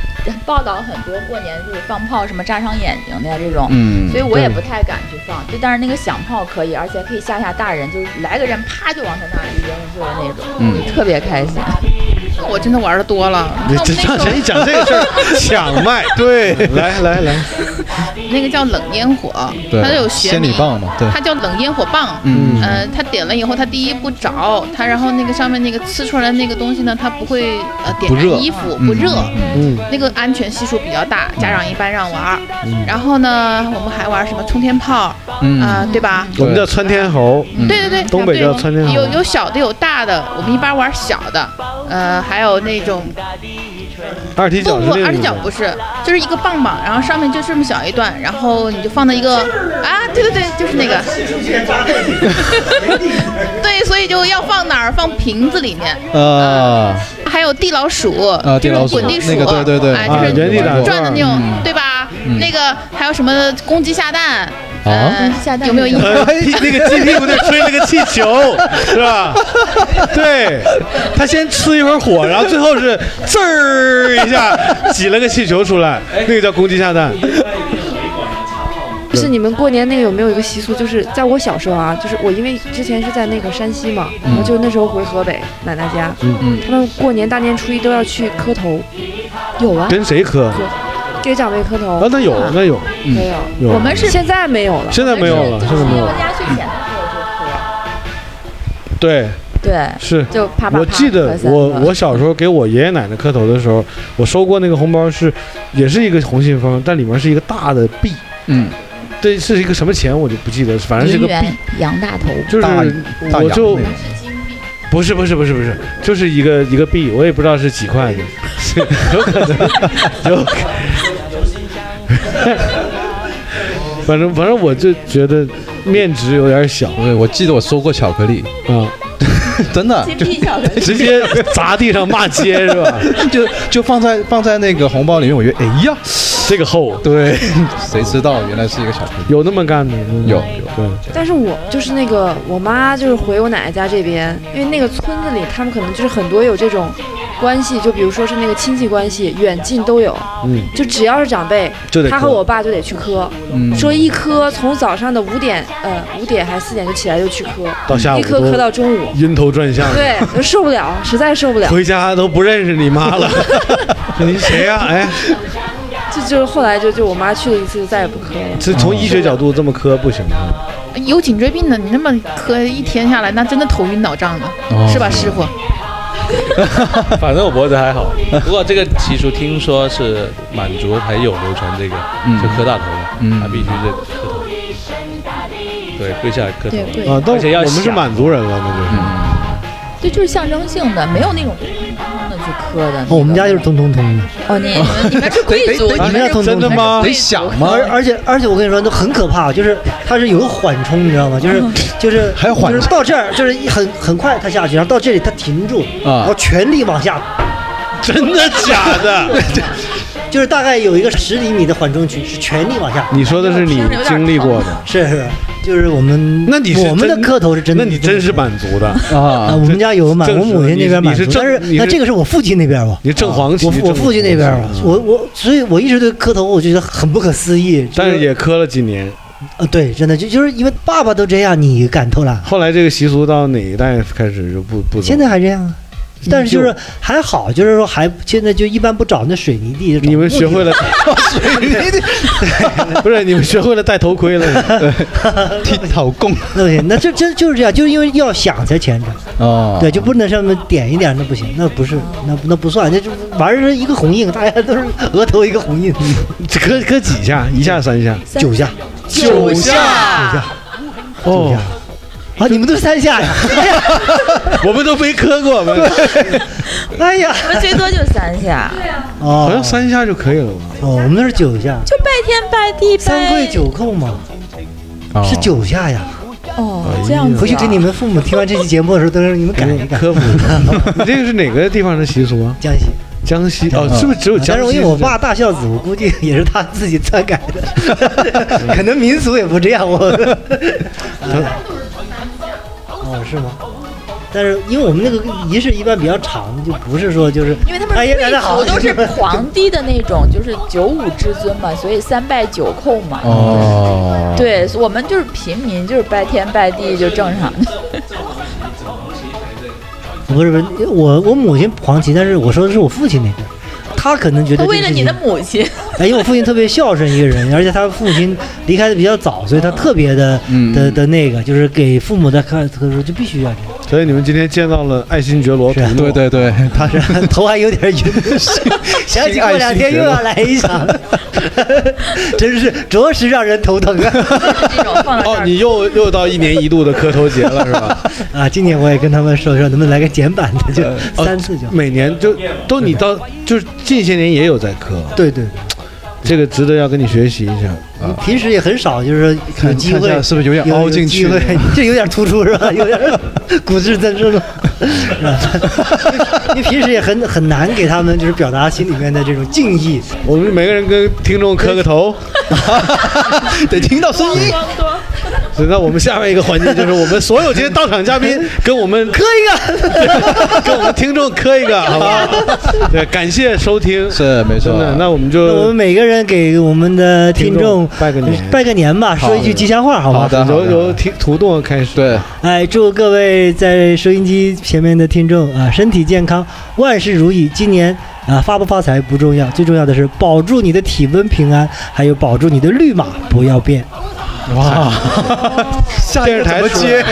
Speaker 8: 报道很多过年就是放炮什么炸伤眼睛的呀这种，
Speaker 7: 嗯
Speaker 8: 所以我也
Speaker 7: 对
Speaker 8: 不太敢去放。就但是那个响炮可以，而且可以吓吓大人，就是来个人啪就往他那儿一扔，就是那种，
Speaker 7: 嗯
Speaker 8: 就特别开心。
Speaker 1: 我真的玩的多了。
Speaker 2: 你
Speaker 1: 那我
Speaker 2: 这
Speaker 1: 们那
Speaker 2: 让
Speaker 1: 时候
Speaker 2: 谁讲这个事 儿抢麦？对，来来来，
Speaker 1: 那个叫冷烟火，
Speaker 7: 对
Speaker 1: 它有学名
Speaker 7: 仙女棒嘛对
Speaker 1: 它叫冷烟火棒。
Speaker 7: 嗯
Speaker 1: 呃，它点了以后，它第一不着，它然后那个上面那个呲出来那个东西呢，它不会呃点
Speaker 7: 不热
Speaker 1: 燃衣服，不热。
Speaker 2: 嗯，
Speaker 1: 那个安全系数比较大，家长一般让玩儿。然后呢，我们还玩什么冲天炮，
Speaker 7: 嗯
Speaker 1: 啊、对嗯吧？
Speaker 2: 我们叫窜天猴，
Speaker 1: 对对对，
Speaker 2: 东北叫
Speaker 1: 对
Speaker 2: 窜天猴
Speaker 1: 有有小的有大的，我们一般玩小的，呃，还有那种
Speaker 2: 二踢脚
Speaker 1: 不
Speaker 2: 是
Speaker 1: 不，
Speaker 2: 那
Speaker 1: 二踢
Speaker 2: 个
Speaker 1: 脚不是，就是一个棒棒，然后上面就这么小一段，然后你就放到一个啊，对对对，就是那个，
Speaker 5: 嗯
Speaker 1: 对，所以就要放哪儿？放瓶子里面，
Speaker 7: 呃，
Speaker 1: 还有地老鼠，
Speaker 7: 啊地
Speaker 1: 就
Speaker 7: 老
Speaker 1: 是
Speaker 7: 鼠
Speaker 1: 滚地鼠，
Speaker 7: 那个对对对
Speaker 1: 哎，
Speaker 7: 啊
Speaker 1: 就是
Speaker 2: 原地打
Speaker 1: 转的那种
Speaker 7: 嗯，
Speaker 1: 对吧
Speaker 7: 嗯？
Speaker 1: 那个还有什么公鸡下蛋？
Speaker 7: 啊
Speaker 1: 嗯
Speaker 8: 下蛋
Speaker 1: 有没有印象？
Speaker 2: 呃，屁那个鸡屁股那吹那个气 球，是吧？对，他先呲一会儿火，然后最后是滋儿一下挤了个气球出来，那个叫公鸡下蛋。
Speaker 9: 就是你们过年那个有没有一个习俗？就是在我小时候啊，就是我因为之前是在那个山西嘛，
Speaker 2: 嗯
Speaker 9: 然后就那时候回河北奶奶家，
Speaker 7: 嗯
Speaker 9: 他们过年大年初一都要去磕头，
Speaker 8: 有啊，
Speaker 2: 跟谁磕？
Speaker 1: 嗯
Speaker 9: 给长辈磕头
Speaker 2: 啊，。那有那有
Speaker 9: 没有，
Speaker 2: 有，啊
Speaker 8: 我们是
Speaker 9: 现在没有了。
Speaker 2: 现在没有了，
Speaker 8: 就是
Speaker 2: 现在没有
Speaker 8: 回
Speaker 2: 了。
Speaker 8: 家去显的时候
Speaker 2: 对，
Speaker 8: 就喝，对，
Speaker 2: 是。
Speaker 8: 就啪啪啪。
Speaker 2: 我
Speaker 8: 喝
Speaker 2: 记得
Speaker 8: 三
Speaker 2: 我
Speaker 8: 个
Speaker 2: 我小时候给我爷爷奶奶磕头的时候，我收过那个红包是，也是一个红信封，但里面是一个大的币，
Speaker 7: 嗯，
Speaker 2: 对，是一个什么钱我就不记得，反正是
Speaker 8: 银
Speaker 2: 个币，
Speaker 8: 元羊大头，
Speaker 2: 就是
Speaker 7: 大大
Speaker 2: 我
Speaker 7: 洋
Speaker 2: 就
Speaker 7: 那个
Speaker 2: 不是不是不是不是，就是一个一个币，我也不知道是几块的，是 有可能有 可能， 反正反正我就觉得面值有点小
Speaker 7: 对，我记得我收过巧克力，
Speaker 2: 啊，
Speaker 7: 真的
Speaker 8: 金币小人。
Speaker 2: 直接砸地上骂街是吧？
Speaker 7: 就就放在放在那个红包里面，我觉得哎呀，
Speaker 2: 这个厚啊
Speaker 7: 对，谁知道原来是一个巧克力。
Speaker 2: 有那么干的？
Speaker 7: 有
Speaker 2: 对，
Speaker 9: 但是我就是那个我妈，就是回我奶奶家这边，因为那个村子里他们可能就是很多有这种关系，就比如说是那个亲戚关系，远近都有，
Speaker 2: 嗯，
Speaker 9: 就只要是长辈
Speaker 7: 就得，
Speaker 9: 他
Speaker 7: 磕
Speaker 9: 和我爸就得去磕，
Speaker 7: 嗯
Speaker 9: 说一磕从早上的五点，呃，五点还是四点就起来就去磕，
Speaker 2: 到下午
Speaker 9: 一磕磕
Speaker 2: 都
Speaker 9: 到中午，
Speaker 2: 晕头转向，
Speaker 9: 对，就受不了，实在受不了，
Speaker 2: 回家都不认识你妈了， 你谁呀、哎，
Speaker 9: 就就是后来就就我妈去了一次，就再也不磕了。
Speaker 2: 这从医学角度这么磕不行啊。
Speaker 1: 呃有颈椎病的，你那么磕一天下来，那真的头晕脑胀的，
Speaker 7: 哦
Speaker 1: 是吧，师傅？
Speaker 6: 反正我脖子还好。不过这个习俗听说是满族还有流传这个，
Speaker 7: 嗯
Speaker 6: 就磕大头的，
Speaker 7: 嗯
Speaker 6: 他必须是磕头，对，跪下来磕头。
Speaker 8: 对跪
Speaker 2: 啊，但
Speaker 6: 而且要
Speaker 2: 我们是
Speaker 6: 想
Speaker 2: 满族人了，那就是。
Speaker 8: 对，就是象征性的，没有那种通通的去磕的那个。
Speaker 5: 哦我们家就是通通通的，
Speaker 8: 哦，你你们是贵族，
Speaker 5: 哎
Speaker 2: 啊
Speaker 5: 你们要通通
Speaker 2: 真的吗
Speaker 7: 得想吗？
Speaker 5: 而而且而且我跟你说，那很可怕，就是它是有个缓冲，你知道吗？就是
Speaker 2: 嗯
Speaker 5: 就是
Speaker 7: 还有缓冲
Speaker 5: 就是到这儿，就是一很很快它下去，然后到这里它停住，
Speaker 7: 啊
Speaker 5: 然后全力往下，
Speaker 2: 真的假 的？
Speaker 5: 就是大概有一个十厘米的缓冲区，是全力往下，
Speaker 2: 你说的是你经历过的，
Speaker 5: 是是，就是我们
Speaker 2: 那你是
Speaker 5: 我们的
Speaker 2: 真
Speaker 5: 磕头是真的，
Speaker 2: 那你真是满族的，
Speaker 5: 啊，
Speaker 7: 啊
Speaker 5: 我们家有满，
Speaker 2: 正
Speaker 5: 我
Speaker 2: 是
Speaker 5: 母亲
Speaker 2: 你
Speaker 5: 那边
Speaker 2: 你
Speaker 5: 满
Speaker 2: 是
Speaker 5: 族，但
Speaker 2: 正
Speaker 5: 是
Speaker 2: 你
Speaker 5: 那
Speaker 2: 是
Speaker 5: 这个是我父亲那边吧。啊
Speaker 2: 你正黄旗，
Speaker 5: 我
Speaker 2: 正
Speaker 5: 我父亲那边吧
Speaker 2: 黄旗，啊
Speaker 5: 我我所以，我一直对磕头，我觉得很不可思议。就是
Speaker 2: 但是也磕了几年。
Speaker 5: 呃，对，真的就就是因为爸爸都这样，你敢偷懒？
Speaker 2: 后来这个习俗到哪一代开始就不不走
Speaker 5: 现在还这样啊？
Speaker 2: 嗯
Speaker 5: 但是就是还好，就是说还现在就一般不找那水泥地，你
Speaker 2: 你们学会了
Speaker 5: 水泥地，
Speaker 2: 不是你们学会了戴头盔了，
Speaker 11: 剃头 功，
Speaker 5: 那不行，那这真就是这样，就是因为要想才虔诚。
Speaker 2: 啊
Speaker 11: 哦
Speaker 5: 对，就不能上面点一点，那不
Speaker 2: 嗯
Speaker 5: 行，那不是，那不那不算，那就玩儿一个红印，大家都是额头一个红 印，
Speaker 2: 磕磕几下，一下三下，
Speaker 5: 九下，
Speaker 2: 九
Speaker 5: 九
Speaker 2: 下
Speaker 5: 下，
Speaker 2: 哦，
Speaker 5: 啊，你们都三下呀？
Speaker 2: 我们都没磕过，我们
Speaker 5: 哎呀，
Speaker 8: 我们最多就三下，
Speaker 5: 哦，
Speaker 2: 好像三下就可以了吧？
Speaker 5: 哦，我们那是九下，
Speaker 8: 就拜天拜地拜
Speaker 5: 三跪九叩嘛，是九下呀。
Speaker 2: 哎
Speaker 8: 哦，这样子啊
Speaker 5: 回去给你们父母听完这期节目的时候，都让你们改一改。
Speaker 2: 科普，你这个是哪个地方的习俗啊？
Speaker 5: 江西，
Speaker 2: 江西哦，是不是只有
Speaker 5: 啊但
Speaker 2: 江
Speaker 5: 是我
Speaker 2: 西是这
Speaker 5: 因为
Speaker 2: 样？
Speaker 5: 我爸大孝子，我估计也是他自己篡改 的，可能民俗也不这样。我，哎哦，是吗？但是因为我们那个仪式一般比较长，就不是说就是
Speaker 8: 因为他们
Speaker 5: 哎呀，大
Speaker 8: 贵
Speaker 5: 家好，
Speaker 8: 族都是皇帝的那种，就是九五至尊嘛，所以三拜九叩嘛。
Speaker 11: 哦，
Speaker 8: 对，我们就是平民，就是拜天拜地就正常。
Speaker 5: 不是不是，我我母亲黄旗，但是我说的是我父亲那边，他可能觉
Speaker 8: 他
Speaker 5: 得
Speaker 8: 为了
Speaker 5: 这个事
Speaker 8: 你
Speaker 5: 情
Speaker 8: 的母亲，
Speaker 5: 哎，因为我父亲特别孝顺一个人，而且他父亲离开的比较早，所以他特别的的的那个，就是给父母的看，他说就必须要这样。
Speaker 2: 所以你们今天见到了爱新觉罗图诺，
Speaker 11: 对对对，他是
Speaker 5: 头还有点晕， 想起过两天又要来一场， 真是着实让人头疼啊！
Speaker 8: 这种放到这
Speaker 2: 哦，
Speaker 8: 儿
Speaker 2: 你又又到一年一度的磕头节了是吧？
Speaker 5: 啊，今年我也跟他们说说，能不能来个简版 的，就三次就。
Speaker 2: 哦每年就都你到就是近些年也有在磕，
Speaker 5: 对对，
Speaker 2: 这个值得要跟你学习一下啊。
Speaker 5: 平时也很少，就是说有
Speaker 11: 看
Speaker 5: 机
Speaker 11: 看一
Speaker 5: 会
Speaker 11: 下是不是有点凹进去
Speaker 5: 有有机 会这有点突出是吧？有点骨质增生了，是吧？因为平时也很很难给他们就是表达心里面的这种敬意。
Speaker 2: 我们每个人跟听众磕个头，
Speaker 11: 得听到声音。
Speaker 2: 所以那我们下面一个环节就是我们所有今天到场嘉宾 跟我们磕一 个，跟我们听众磕一 个，好吧？对，感谢收听，
Speaker 11: 是没错
Speaker 2: 真的，那我们
Speaker 5: 那我
Speaker 2: 就
Speaker 5: 们每个人给我们的听
Speaker 2: 听众
Speaker 5: 众
Speaker 2: 拜个年
Speaker 5: 拜个年吧，啊说一句吉祥话，好吗
Speaker 11: 好？的
Speaker 2: 由由听图洞开始，
Speaker 11: 对，
Speaker 5: 哎，祝各位在收音机前面的听众啊，身体健康，万事如意。今年啊，发不发财不重要，最重要的是保住你的体温平安，还有保住你的绿码不要变。
Speaker 11: 哇，下一个
Speaker 2: 电
Speaker 11: 怎
Speaker 2: 视台
Speaker 11: 么接？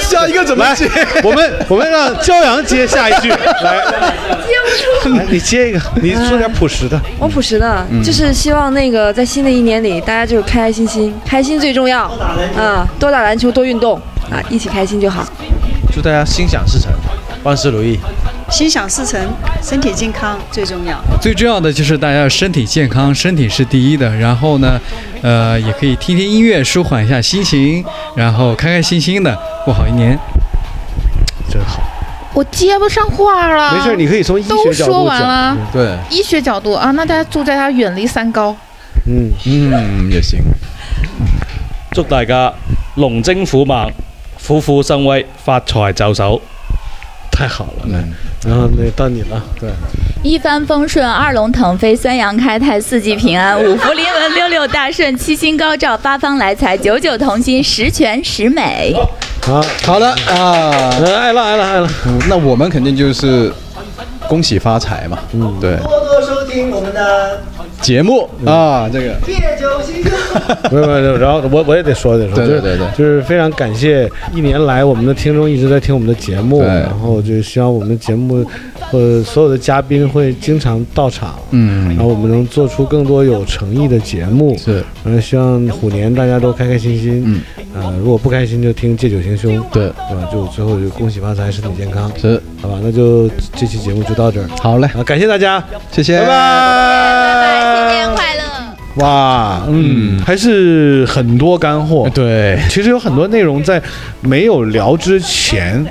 Speaker 11: 下一个怎么接？
Speaker 2: 我们我们让骄阳接下 一句，来，来哎你接一个，你说点朴实的。
Speaker 9: 我朴实的，就是希望那个在新的一年里，大家就是开开心心，开心最重要啊！多打篮球，多运动啊，一起开心就好。
Speaker 3: 祝大家心想事成，万事如意。
Speaker 7: 心想事成，身体健康最重要。
Speaker 4: 最重要的就是大家要身体健康，身体是第一的。然后呢，呃，也可以听听音乐，舒缓一下心情，然后开开心心的过好一年。
Speaker 1: 我接不上话了。
Speaker 2: 没事，你可以从医
Speaker 1: 啊都
Speaker 2: 学角
Speaker 1: 说
Speaker 2: 度
Speaker 1: 完
Speaker 2: 讲。
Speaker 1: 了。
Speaker 2: 嗯
Speaker 11: 对，
Speaker 1: 医学角度啊，那大家祝大家远离三高。
Speaker 2: 嗯，
Speaker 11: 嗯，也行。
Speaker 6: 祝大家龍精虎猛，虎虎生威，發財就手。
Speaker 2: 太好了。
Speaker 11: 嗯，
Speaker 2: 然后那到你了，对，
Speaker 8: 一帆风顺，二龙腾飞，三阳开泰，四季平安，五福临门，六六大顺，七星高照，八方来财，九九同心，十全十美。
Speaker 2: 好，
Speaker 11: 好的啊，
Speaker 2: 呃爱了爱了爱了，
Speaker 11: 嗯那我们肯定就是恭喜发财嘛。嗯，对，
Speaker 5: 多多收听我们的
Speaker 11: 节目啊，这个
Speaker 5: 烈酒新歌。
Speaker 2: 嗯 没有没有，然后我我也得说得说，
Speaker 11: 对
Speaker 2: 就是
Speaker 11: 对对对
Speaker 2: 就是非常感谢一年来我们的听众一直在听我们的节目，
Speaker 11: 对
Speaker 2: 然后就希望我们的节目，呃，所有的嘉宾会经常到场，然
Speaker 11: 嗯
Speaker 2: 后我们能做出更多有诚意的节目，
Speaker 11: 是，
Speaker 2: 然后希望虎年大家都开开心心，
Speaker 11: 嗯，
Speaker 2: 呃，如果不开心就听借酒行凶，
Speaker 11: 对
Speaker 2: 对吧？就最后就恭喜发财，身体健康，
Speaker 11: 是，
Speaker 2: 好吧？那就这期节目就到这儿，
Speaker 11: 好嘞，
Speaker 2: 啊，感谢大家，
Speaker 11: 谢谢，
Speaker 2: 拜拜，
Speaker 8: 新年快乐！
Speaker 2: 哇，嗯，还是很多干货。
Speaker 11: 哎对，
Speaker 2: 其实有很多内容在没有聊之前，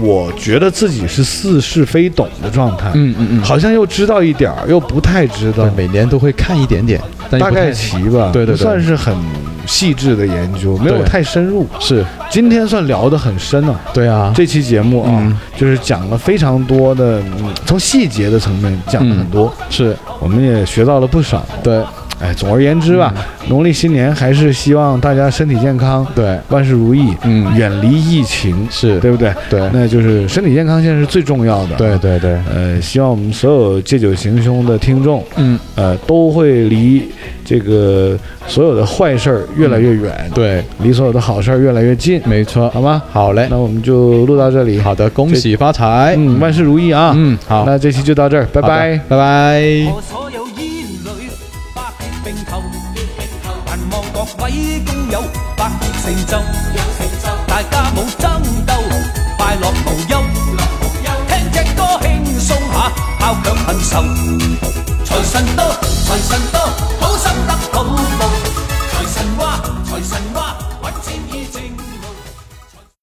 Speaker 2: 我觉得自己是似是非懂的状态。
Speaker 11: 嗯嗯嗯
Speaker 2: 好像又知道一点儿，又不太知道
Speaker 11: 对，，每年都会看一点点，但
Speaker 2: 大
Speaker 11: 也不
Speaker 2: 概
Speaker 11: 太
Speaker 2: 齐吧。
Speaker 11: 对对对
Speaker 2: 不算是很细致的研究，没有
Speaker 11: 对
Speaker 2: 太深入。
Speaker 11: 是，
Speaker 2: 今天算聊得很深啊。
Speaker 11: 对啊，
Speaker 2: 这期节目啊，
Speaker 11: 嗯
Speaker 2: 就是讲了非常多的，嗯从细节的层面讲了很多，
Speaker 11: 是
Speaker 2: 我们也学到了不少。
Speaker 11: 对，
Speaker 2: 哎，总而言之吧，农历新年还是希望大家身体健康，
Speaker 10: 对，
Speaker 2: 万事如意，嗯，远离疫情，
Speaker 10: 是
Speaker 2: 对不对？
Speaker 10: 对
Speaker 2: 那就是身体健康现在是最重要的。
Speaker 10: 对对对，
Speaker 2: 呃，希望我们所有借酒行凶的听众，
Speaker 10: 嗯，
Speaker 2: 呃，都会离这个所有的坏事儿越来越远，
Speaker 10: 对，
Speaker 2: 离所有的好事儿越来越近，
Speaker 10: 没错，
Speaker 2: 好吗？
Speaker 10: 好嘞，
Speaker 2: 那我们就录到这里，
Speaker 10: 好的，恭喜发财，
Speaker 2: 嗯，万事如意啊，
Speaker 10: 嗯，好，
Speaker 2: 那这期就到这儿，拜
Speaker 10: 好的
Speaker 2: 拜。
Speaker 10: 拜拜。
Speaker 11: 何所有煙女，百劫並頭。但望各位工友，百業成就。大家冇爭